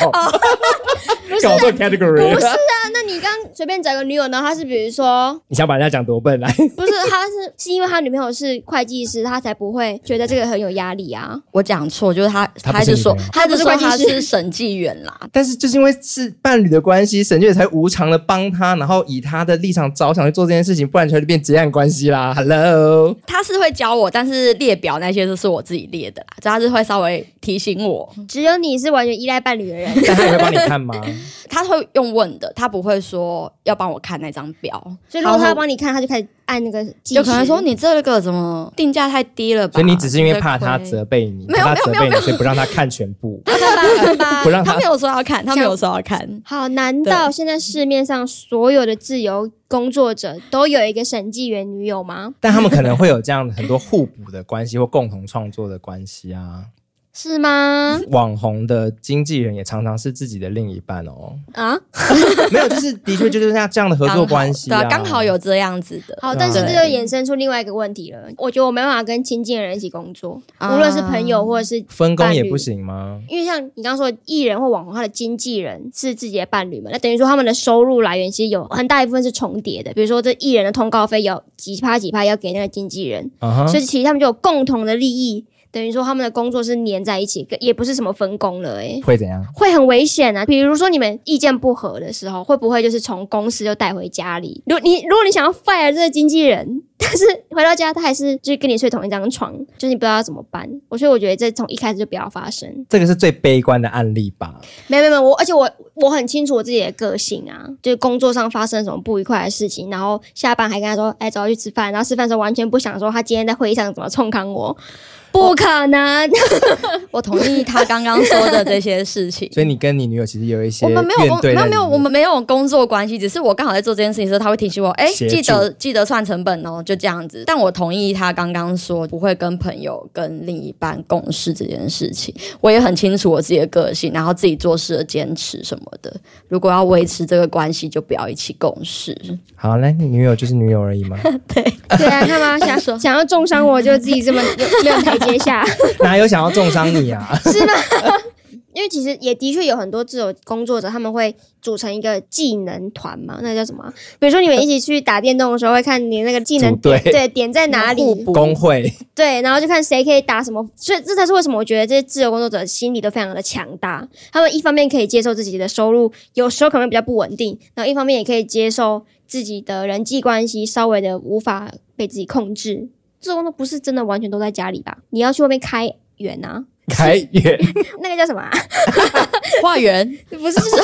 [SPEAKER 1] 搞错 category，了
[SPEAKER 2] 那你刚随便找个女友呢？她是比如说
[SPEAKER 1] 你想把人家讲多笨啊来？
[SPEAKER 2] 不是，他是 [LAUGHS] 是因为他女朋友是会计师，他才不会觉得这个很有压力啊。
[SPEAKER 3] 我讲错，就是啊
[SPEAKER 1] 他
[SPEAKER 3] 他，
[SPEAKER 1] 不是
[SPEAKER 3] 一直
[SPEAKER 1] 你
[SPEAKER 3] 说
[SPEAKER 1] 朋友
[SPEAKER 3] 他一直说
[SPEAKER 2] 他不
[SPEAKER 3] 他
[SPEAKER 2] 是会计师
[SPEAKER 3] 是审计员啦，
[SPEAKER 1] 但是就是因为是伴侣的关系，沈月才无偿的帮他，然后以他的立场着想去做这件事情，不然就会变结案关系啦。Hello，
[SPEAKER 3] [LAUGHS] 他是会教我，但是列表那些都是我自己列的啦，所以他是会稍微提醒我，
[SPEAKER 2] 只有你是完全依赖伴侣的
[SPEAKER 3] [LAUGHS]
[SPEAKER 2] 人，
[SPEAKER 1] 但他也会帮你看吗？
[SPEAKER 3] 他会用问的，他不会说要帮我看那张表，
[SPEAKER 2] 所以如果他要
[SPEAKER 3] 然后
[SPEAKER 2] 帮你看，他就开始按那个计时。
[SPEAKER 3] 就可能说你这个怎么定价太低了吧？
[SPEAKER 1] 所以你只是因为怕
[SPEAKER 3] 这
[SPEAKER 1] 他
[SPEAKER 3] 个亏
[SPEAKER 1] 责备你，
[SPEAKER 3] 没有
[SPEAKER 1] 怕他责
[SPEAKER 3] 没
[SPEAKER 1] 备
[SPEAKER 3] 有
[SPEAKER 1] 你，所以不让他看全部，
[SPEAKER 2] 看吧看吧
[SPEAKER 1] 不。让
[SPEAKER 3] 他
[SPEAKER 1] 他
[SPEAKER 3] 没。有说要看，他没有说要看。
[SPEAKER 2] [LAUGHS] 好，难道现在市面上所有的自由工作者都有一个审计员女友吗？
[SPEAKER 1] [LAUGHS] 但他们可能会有这样很多互补的关系或共同创作的关系啊。
[SPEAKER 2] 是吗？
[SPEAKER 1] 网红的经纪人也常常是自己的另一半哦，
[SPEAKER 2] 啊，
[SPEAKER 1] 没有，就是的确就是像这样的合作关系
[SPEAKER 3] [LAUGHS] 刚好
[SPEAKER 1] 啊，
[SPEAKER 3] 对啊，刚好有这样子的。
[SPEAKER 2] 好，
[SPEAKER 1] 对啊
[SPEAKER 2] 但是这
[SPEAKER 3] 对
[SPEAKER 2] 就衍生出另外一个问题了。我觉得我没办法跟亲近的人一起工作，
[SPEAKER 3] 啊
[SPEAKER 2] 无论是朋友或者是
[SPEAKER 1] 分工也
[SPEAKER 2] 伴侣
[SPEAKER 1] 不行吗？
[SPEAKER 2] 因为像你刚刚说，艺人或网红，他的经纪人是自己的伴侣嘛，那等于说他们的收入来源其实有很大一部分是重叠的。比如说，这艺人的通告费有几趴几趴要给那个经纪人，
[SPEAKER 1] 啊哈
[SPEAKER 2] 所以其实他们就有共同的利益，等于说他们的工作是粘在一起，也不是什么分工了、欸，
[SPEAKER 1] 会怎样？
[SPEAKER 2] 会很危险啊！比如说你们意见不合的时候，会不会就是从公司就带回家里？如果你如果你想要 fire 这个经纪人， [LAUGHS] 但是回到家他还是就是跟你睡同一张床，就是你不知道要怎么办。我所以我觉得这从一开始就不要发生。
[SPEAKER 1] 这个是最悲观的案例吧？
[SPEAKER 2] 没有没有没有，我而且我我很清楚我自己的个性啊，就是工作上发生什么不愉快的事情，然后下班还跟他说，哎，走去吃饭，然后吃饭的时候完全不想说他今天在会议上怎么冲康
[SPEAKER 1] 哦
[SPEAKER 2] 我，不
[SPEAKER 1] [LAUGHS]
[SPEAKER 2] 可能，
[SPEAKER 3] 我同意他刚刚说的这些
[SPEAKER 1] [LAUGHS]。
[SPEAKER 3] 事情
[SPEAKER 1] 所以你跟你女友其实有一些
[SPEAKER 3] 我们没有
[SPEAKER 1] 怨
[SPEAKER 3] 工，
[SPEAKER 1] 怼
[SPEAKER 3] 没
[SPEAKER 1] 在
[SPEAKER 3] 有
[SPEAKER 1] 里
[SPEAKER 3] 没有，
[SPEAKER 1] 面
[SPEAKER 3] 我们没有工作关系，只是我刚好在做这件事情的时候，他会提醒我，哎、
[SPEAKER 1] 协助
[SPEAKER 3] 记得记得算成本哦，就这样子。但我同意他刚刚说不会跟朋友、跟另一半共事这件事情，我也很清楚我自己的个性，然后自己做事的坚持什么的。如果要维持这个关系，就不要一起共事。
[SPEAKER 1] 好，那你女友就是女友而
[SPEAKER 3] [LAUGHS]
[SPEAKER 1] 已嘛，
[SPEAKER 2] 对啊，看
[SPEAKER 1] [LAUGHS]
[SPEAKER 2] 吗？想想要重伤我就自己这么没有没有台阶下， [LAUGHS]
[SPEAKER 1] 哪有想要重伤你啊？
[SPEAKER 2] 是吗？因为其实也的确有很多自由工作者，他们会组成一个技能团嘛，那叫什么啊？比如说你们一起去打电动的时候，会看你那个技能
[SPEAKER 1] 组队
[SPEAKER 2] 点对点在哪里，
[SPEAKER 1] 工会
[SPEAKER 2] 对，然后就看谁可以打什么，所以这才是为什么我觉得这些自由工作者心理都非常的强大。他们一方面可以接受自己的收入有时候可能比较不稳定，然后一方面也可以接受自己的人际关系稍微的无法被自己控制。自由工作不是真的完全都在家里吧？你要去外面开源 [LAUGHS] 啊，
[SPEAKER 1] 开
[SPEAKER 3] [LAUGHS]
[SPEAKER 1] 源，
[SPEAKER 2] 那个叫什么、啊？
[SPEAKER 3] 化 [LAUGHS] 缘
[SPEAKER 2] 不是，就是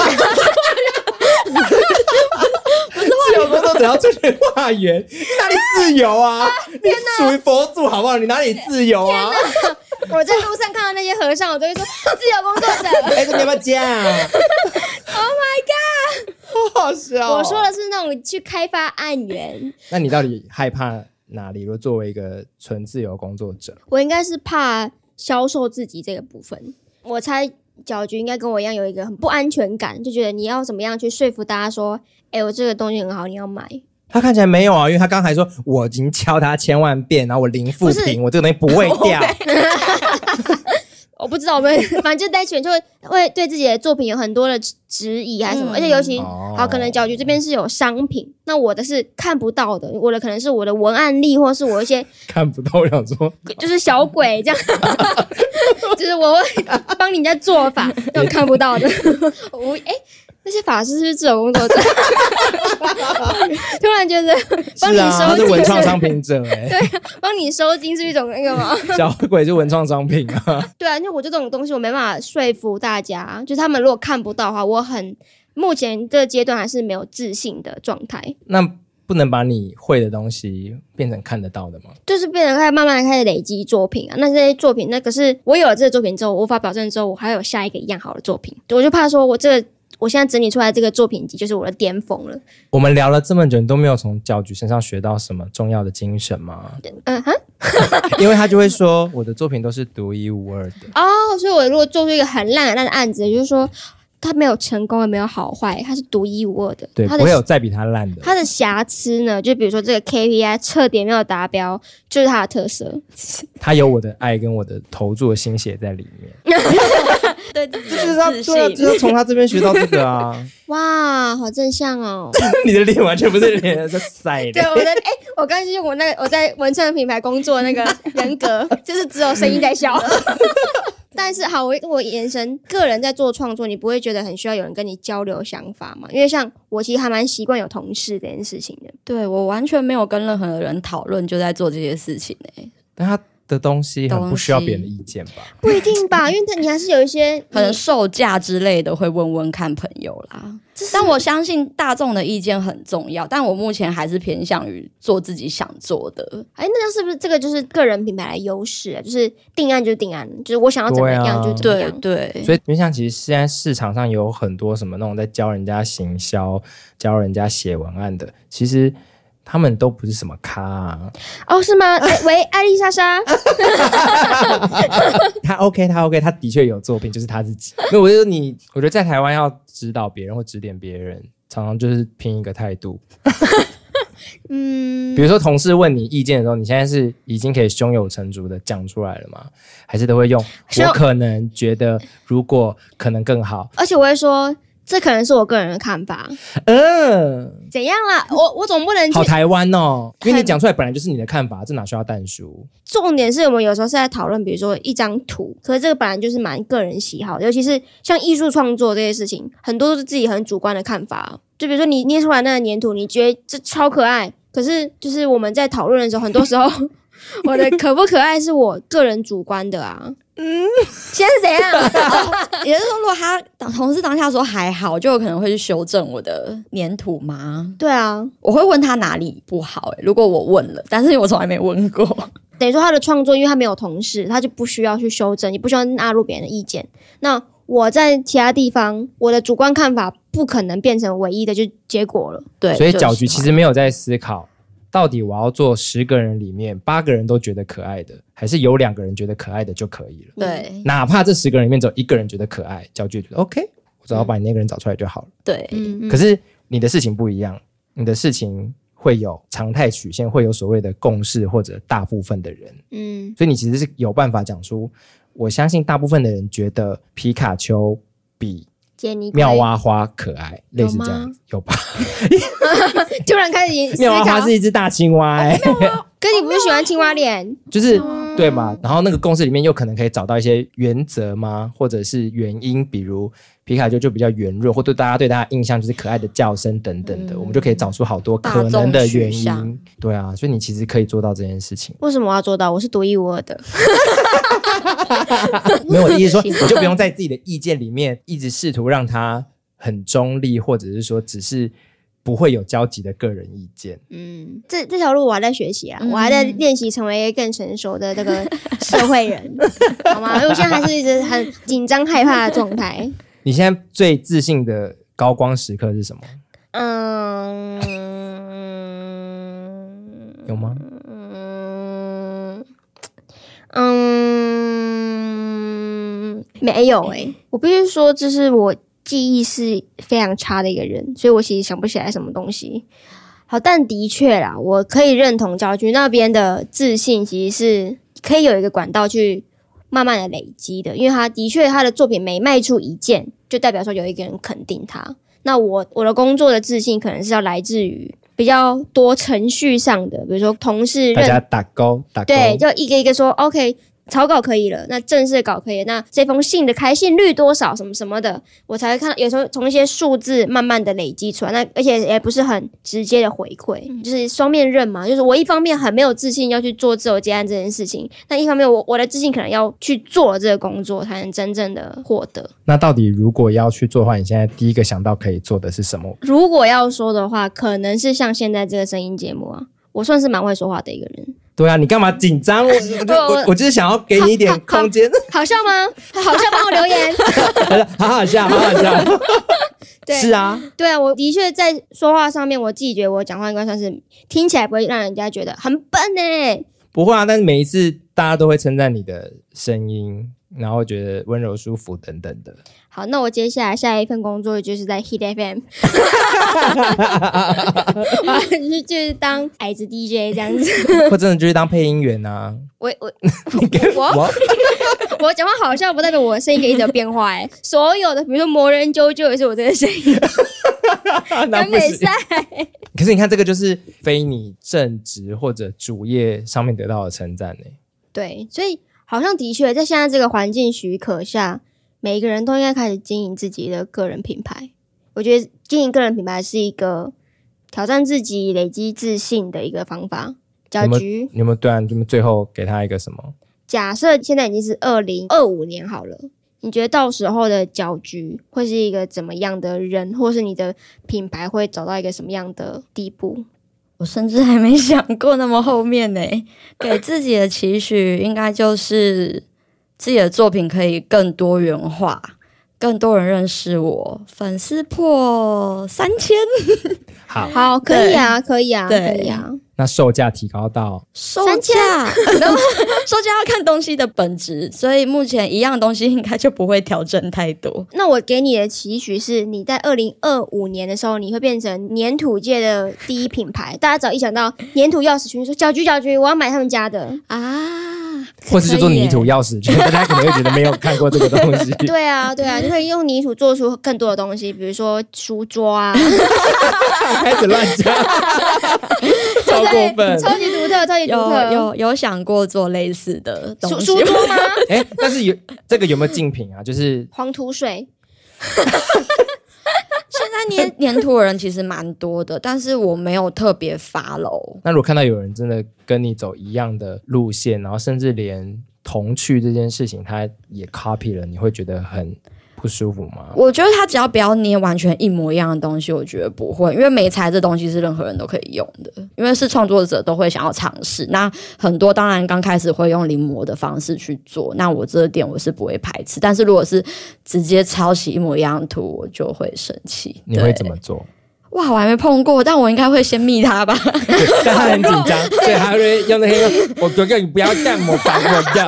[SPEAKER 1] 自由工作者要出去化缘，哪里自由啊？你属于佛祖好不好？你哪里自由啊？
[SPEAKER 2] [LAUGHS] 我在路上看到那些和尚，我都会说自由工作者。
[SPEAKER 1] 哎，这你要不要加啊 [LAUGHS] ？Oh my god！好好笑哦。
[SPEAKER 2] [LAUGHS] 我说的是那种去开发案源，
[SPEAKER 1] 那你到底害怕哪里？如果作为一个纯自由工作者，
[SPEAKER 2] 我应该是怕销售自己这个部分。我猜搅局应该跟我一样有一个很不安全感，就觉得你要怎么样去说服大家说，哎、我这个东西很好，你要买。
[SPEAKER 1] 他看起来没有啊，因为他刚才说我已经敲他千万遍，然后我零负
[SPEAKER 2] 不是
[SPEAKER 1] 评，我这个东西不
[SPEAKER 3] [LAUGHS]
[SPEAKER 1] 会掉。
[SPEAKER 2] 我不知道，我们 [LAUGHS] 反正就在选就会会对自己的作品有很多的质质疑还是什么，
[SPEAKER 3] 嗯
[SPEAKER 2] 而且尤其
[SPEAKER 1] 哦
[SPEAKER 2] 好，可能搅局这边是有商品，那我的是看不到的，我的可能是我的文案力，或是我一些
[SPEAKER 1] 看不到，我想说
[SPEAKER 2] 就是小鬼这样， [LAUGHS] 就是我会帮人家做法，那种看不到的。 [LAUGHS] 我哎、那些法师是不是自由工作者， [LAUGHS] 突然觉得帮
[SPEAKER 1] 是
[SPEAKER 2] 你
[SPEAKER 1] 啊，他
[SPEAKER 2] 收
[SPEAKER 1] 是
[SPEAKER 2] 金
[SPEAKER 1] 文创
[SPEAKER 2] 是
[SPEAKER 1] 商品者哎、
[SPEAKER 2] 帮你收金是一种那个吗？ [LAUGHS]
[SPEAKER 1] [LAUGHS] 小鬼是文创商品啊。
[SPEAKER 2] 对啊，因为我这种东西我没办法说服大家，就是他们如果看不到的话，我很目前这个阶段还是没有自信的状态，
[SPEAKER 1] 那不能把你会的东西变成看得到的吗？
[SPEAKER 2] 就是变得开始慢慢地开始累积作品啊。那这些作品，那可是我有了这个作品之后，我无法保证之后我还有下一个一样好的作品，我就怕说我这个我现在整理出来这个作品集就是我的巅峰了。
[SPEAKER 1] 我们聊了这么久，你都没有从搅局身上学到什么重要的精神吗？
[SPEAKER 2] 嗯哼，
[SPEAKER 1] 因为他就会说我的作品都是独一无二的。
[SPEAKER 2] 哦，所以我如果做出一个很烂很烂的案子，也就是说它没有成功，也没有好坏，它是独一无二的，
[SPEAKER 1] 对，
[SPEAKER 2] 它
[SPEAKER 1] 不
[SPEAKER 2] 的
[SPEAKER 1] 会有再比他烂的。
[SPEAKER 2] 它的瑕疵呢，就比如说这个 KPI 彻底没有达标，就是它的特色。
[SPEAKER 1] 他有我的爱跟我的投注的心血在里面。
[SPEAKER 3] 对自己
[SPEAKER 1] 就是他，
[SPEAKER 3] 的自
[SPEAKER 1] 对啊，
[SPEAKER 3] 信，
[SPEAKER 1] 就是从他这边学到这个啊。
[SPEAKER 2] 哇，好正向哦！
[SPEAKER 1] 你的脸完全不是脸，是晒
[SPEAKER 2] [LAUGHS] 对，
[SPEAKER 1] 脸。
[SPEAKER 2] 我的哎、我刚才就用我那个我在文创品牌工作 [LAUGHS] 那个人格，就是只有声音在 [LAUGHS] 笑。但是好，我我延伸，个人在做创作，你不会觉得很需要有人跟你交流想法吗？因为像我其实还蛮习惯有同事这件事情的。
[SPEAKER 3] 对我完全没有跟任何人讨论，就在做这些事情哎、
[SPEAKER 1] 但他的东西很不需要
[SPEAKER 3] 东西
[SPEAKER 1] 别人的意见吧？
[SPEAKER 2] 不一定吧， [LAUGHS] 因为你还是有一些
[SPEAKER 3] 可能售价之类的会问问看朋友啦。但我相信大众的意见很重要，但我目前还是偏向于做自己想做的。
[SPEAKER 2] 哎，那这样是不是这个就是个人品牌的优势啊？就是定案就是定案，就是我想要怎么样就怎么
[SPEAKER 3] 对
[SPEAKER 2] 样。
[SPEAKER 3] 对，
[SPEAKER 1] 所以，因为像其实现在市场上有很多什么那种在教人家行销、教人家写文案的，其实他们都不是什么咖、啊。
[SPEAKER 2] 哦，是 [LAUGHS] 吗？哎喂，艾丽莎莎，
[SPEAKER 1] 他 OK，他 OK，他的确有作品，就是他自己。没有，我就说你，我觉得在台湾要指导别人或指点别人，常常就是拼一个态 [LAUGHS] 度。
[SPEAKER 2] 嗯
[SPEAKER 1] 比，如说同事问你意见的时候，你现在是已经可以胸有成竹的讲出来了吗？还是都会用
[SPEAKER 2] 胸
[SPEAKER 1] 我可能觉得如果可能更好？
[SPEAKER 2] 而且我会说，这可能是我个人的看法。
[SPEAKER 1] 嗯，
[SPEAKER 2] 怎样啦？我我总不能去
[SPEAKER 1] 好。台湾哦，因为你讲出来本来就是你的看法，这哪需要淡书？
[SPEAKER 2] 重点是我们有时候是在讨论，比如说一张图，可是这个本来就是蛮个人喜好的，尤其是像艺术创作这些事情，很多都是自己很主观的看法。就比如说你捏出来那个粘土，你觉得这超可爱，可是就是我们在讨论的时候，很多时候 [LAUGHS] 我的可不可爱是我个人主观的啊。嗯，现在是怎样？
[SPEAKER 3] [LAUGHS]
[SPEAKER 2] [LAUGHS]
[SPEAKER 3] 也就是说，如果他当同事当下说还好，就有可能会去修正我的粘土吗？
[SPEAKER 2] 对啊，
[SPEAKER 3] 我会问他哪里不好、欸，如果我问了，但是我从来没问过。
[SPEAKER 2] 等于说他的创作，因为他没有同事，他就不需要去修正，也不需要纳入别人的意见。那我在其他地方，我的主观看法不可能变成唯一的就结果了。
[SPEAKER 3] 对，
[SPEAKER 1] 所以
[SPEAKER 3] 就是
[SPEAKER 1] 搅局其实没有在思考。到底我要做十个人里面八个人都觉得可爱的，还是有两个人觉得可爱的就可以了？
[SPEAKER 3] 对
[SPEAKER 1] 哪怕这十个人里面只有一个人觉得可爱，焦距觉得 OK，我只要把你那个人找出来就好了。
[SPEAKER 3] 对，
[SPEAKER 2] 嗯
[SPEAKER 1] 可是你的事情不一样，你的事情会有常态曲线，会有所谓的共识或者大部分的人，
[SPEAKER 2] 嗯，
[SPEAKER 1] 所以你其实是有办法讲出我相信大部分的人觉得皮卡丘比
[SPEAKER 2] 姐你可以
[SPEAKER 1] 妙啊蛙花可爱，类似这样子，有吧？
[SPEAKER 2] 突然开始思
[SPEAKER 1] 妙蛙
[SPEAKER 2] 考
[SPEAKER 1] 花，是一只大青蛙、欸，
[SPEAKER 2] 可你不是喜欢青蛙脸？
[SPEAKER 1] 就是对嘛？然后那个公式里面又可能可以找到一些原则吗？或者是原因，比如皮卡丘就比较圆润，或对大家对它的印象就是可爱的叫声等等的，我们就可以找出好多可能的原
[SPEAKER 3] 大众
[SPEAKER 1] 因。对啊，所以你其实可以做到这件事情。
[SPEAKER 2] 为什么我要做到？我是独一无二的。
[SPEAKER 1] 没有 [LAUGHS] 我的意思说，你就不用在自己的意见里面一直试图让它很中立，或者是说只是不会有交集的个人意见。
[SPEAKER 2] 嗯，这这条路我还在学习啊，我还在练习成为更成熟的这个 [LAUGHS] 社会人， [LAUGHS] 好吗？因为我现在还是一直很紧张害怕的状态。
[SPEAKER 1] 你现在最自信的高光时刻是什么？
[SPEAKER 2] 嗯，
[SPEAKER 1] 有吗？
[SPEAKER 2] 嗯，嗯，没有诶、我必须说，这是我记忆是非常差的一个人，所以我其实想不起来什么东西。好，但的确啦，我可以认同教区那边的自信，其实是可以有一个管道去慢慢的累积的，因为他的确他的作品每卖出一件，就代表说有一个人肯定他。那我我的工作的自信可能是要来自于比较多程序上的，比如说同事
[SPEAKER 1] 大
[SPEAKER 2] 认
[SPEAKER 1] 家打勾，打勾。
[SPEAKER 2] 对，就一个一个说，OK，草稿可以了，那正式的稿可以了，那这封信的开信率多少，什么什么的，我才会看到。有时候从一些数字慢慢的累积出来，那而且也不是很直接的回馈，就是双面刃嘛。就是我一方面很没有自信要去做自由接案这件事情，那一方面我我的自信可能要去做这个工作，才能真正的获得。
[SPEAKER 1] 那到底如果要去做的话，你现在第一个想到可以做的是什么？
[SPEAKER 2] 如果要说的话，可能是像现在这个声音节目啊，我算是蛮会说话的一个人，
[SPEAKER 1] 对啊，你干嘛紧
[SPEAKER 2] [LAUGHS]
[SPEAKER 1] 张？我我
[SPEAKER 2] 我
[SPEAKER 1] 我我就是想要给你一点空间， [LAUGHS]
[SPEAKER 2] 好笑吗？好笑，帮我留 [LAUGHS] 言。
[SPEAKER 1] 好好笑，好好笑。
[SPEAKER 2] 对
[SPEAKER 1] 是啊，
[SPEAKER 2] 对啊，我的确在说话上面，我自己觉得我讲话应该算是听起来不会让人家觉得很笨欸呢、
[SPEAKER 1] 不会啊，但是每一次大家都会称赞你的声音，然后觉得温柔舒服等等
[SPEAKER 2] [LAUGHS]
[SPEAKER 1] 的。
[SPEAKER 2] 好，那我接下来下一份工作就是在 Hit FM，我 [LAUGHS] 就是就是当矮子 DJ 这样子。
[SPEAKER 1] 或真的就是当配音员啊。
[SPEAKER 2] 我我
[SPEAKER 1] [LAUGHS] 你给
[SPEAKER 2] 我
[SPEAKER 1] 我
[SPEAKER 2] 我讲话好笑，不代表我的声音可以一直有变化哎、所有的，比如说魔人啾啾也是我这个声音，
[SPEAKER 1] [LAUGHS] 那
[SPEAKER 2] 南
[SPEAKER 1] 不
[SPEAKER 2] 美
[SPEAKER 1] 是
[SPEAKER 2] 赛。
[SPEAKER 1] 可是你看，这个就是非你正职或者主业上面得到的称赞呢。欸
[SPEAKER 2] 对，所以好像的确在现在这个环境许可下，每一个人都应该开始经营自己的个人品牌。我觉得经营个人品牌是一个挑战自己、累积自信的一个方法。
[SPEAKER 1] 有
[SPEAKER 2] 搅
[SPEAKER 1] 没有
[SPEAKER 2] 局，
[SPEAKER 1] 你有没有对啊？你们最后给他一个什么？
[SPEAKER 2] 假设现在已经是二零二五年好了，你觉得到时候的搅局会是一个怎么样的人，或是你的品牌会走到一个什么样的地步？
[SPEAKER 3] 我甚至还没想过那么后面呢、给自己的期许应该就是自己的作品可以更多元化，更多人认识我，粉丝破三千，
[SPEAKER 1] 好，
[SPEAKER 2] 好，可以啊，可以啊，
[SPEAKER 3] 对
[SPEAKER 2] 可以啊。
[SPEAKER 1] 那售价提高到
[SPEAKER 3] 售
[SPEAKER 2] 三千
[SPEAKER 3] 价， [LAUGHS] 然后售价要看东西的本质，所以目前一样东西应该就不会调整太多。
[SPEAKER 2] 那我给你的期许是，你在二零二五年的时候，你会变成粘土界的第一品牌。大家只要一想到粘土钥匙圈，说小菊小菊，我要买他们家的。
[SPEAKER 3] 啊，
[SPEAKER 1] 或是就做
[SPEAKER 3] 可以耶
[SPEAKER 1] 泥土钥匙圈，大家可能会觉得没有看过这个东西。
[SPEAKER 2] [LAUGHS] 对啊，对啊，你可以用泥土做出更多的东西，比如说书桌啊，
[SPEAKER 1] 开始乱
[SPEAKER 2] [LAUGHS]
[SPEAKER 1] 讲，超过分。 [LAUGHS]
[SPEAKER 2] 超级独特，超级独
[SPEAKER 3] 有
[SPEAKER 2] 特。
[SPEAKER 3] 有有想过做类似的
[SPEAKER 2] 哎书
[SPEAKER 3] 东西
[SPEAKER 2] 书
[SPEAKER 3] 吗？
[SPEAKER 2] 桌吗？
[SPEAKER 1] 哎、但是有这个有没有竞品啊？就是
[SPEAKER 2] 黄土水，
[SPEAKER 3] [LAUGHS]
[SPEAKER 2] [LAUGHS]
[SPEAKER 3] 现在粘粘土的人其实蛮多的，但是我没有特别发楼。
[SPEAKER 1] 那如果看到有人真的跟你走一样的路线，然后甚至连同去这件事情他也 copy 了，你会觉得很不舒服吗？
[SPEAKER 3] 我觉得他只要不要捏完全一模一样的东西，我觉得不会，因为美材这东西是任何人都可以用的，因为是创作者都会想要尝试。那很多当然刚开始会用临摹的方式去做，那我这点我是不会排斥。但是如果是直接抄袭一模一样的图，我就会生气。
[SPEAKER 1] 你会
[SPEAKER 3] 对
[SPEAKER 1] 怎么
[SPEAKER 2] [LAUGHS]
[SPEAKER 1] 做？
[SPEAKER 3] 哇，我还没碰过，但我应该会先密他吧。
[SPEAKER 1] [LAUGHS] 但他很紧张，对，他会用那个我哥哥，你不要这样模仿我这样。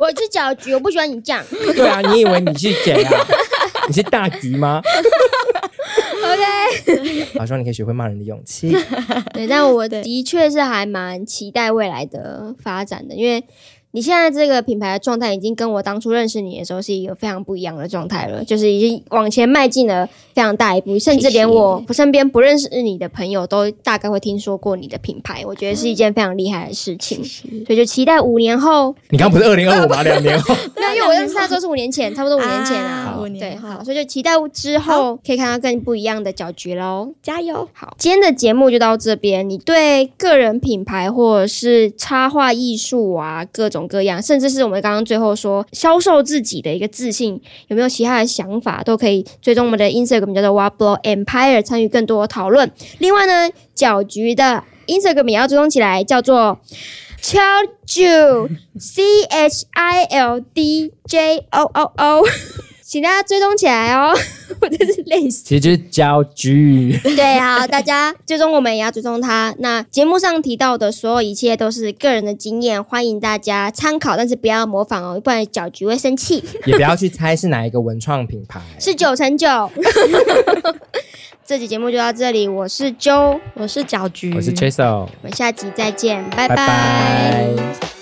[SPEAKER 2] 我是小菊，我不喜欢你这样。
[SPEAKER 1] 对啊，你以为你是谁
[SPEAKER 2] [LAUGHS]
[SPEAKER 1] 啊？你是大橘吗
[SPEAKER 2] OK，
[SPEAKER 1] 好，希望你可以学会骂人的勇气。
[SPEAKER 2] 对，但我的确是还蛮期待未来的发展的，因为你现在这个品牌的状态已经跟我当初认识你的时候是一个非常不一样的状态了，就是已经往前迈进了非常大一步，甚至连我身边不认识你的朋友都大概会听说过你的品牌，我觉得是一件非常厉害的事情，所以就期待五年后，
[SPEAKER 1] 你刚不是二零二五吗？两年后，
[SPEAKER 2] 没有，因为我认识他之后是五年前，差不多五年前啊
[SPEAKER 1] 啊，
[SPEAKER 3] 五
[SPEAKER 2] 对，
[SPEAKER 3] 年后
[SPEAKER 2] 好，所以就期待之后可以看到更不一样的搅局喽。
[SPEAKER 3] 加油！
[SPEAKER 2] 好，今天的节目就到这边。你对个人品牌或者是插画艺术啊，各种各样，甚至是我们刚刚最后说销售自己的一个自信，有没有其他的想法，都可以追踪我们的 Instagram 叫做 w a b l o Empire，参与更多的讨论。另外呢，搅局的 Instagram 也要追踪起来，叫做 Childju C H I L D J O O O，请大家追踪起来哦， [LAUGHS] 我真是累死。
[SPEAKER 1] 其实就是焦距。 [LAUGHS]
[SPEAKER 2] 对，好，大家追踪我们也要追踪他。那节目上提到的所有一切都是个人的经验，欢迎大家参考，但是不要模仿哦，不然搅局会生气。
[SPEAKER 1] 也不要去猜是哪一个文创品牌。
[SPEAKER 2] 是九 [LAUGHS] 乘九。这期节目就到这里，我是周，
[SPEAKER 3] 我是搅局，
[SPEAKER 1] 我是 Chasel。
[SPEAKER 2] 我们下集再见，拜
[SPEAKER 1] 拜
[SPEAKER 2] 拜
[SPEAKER 1] 拜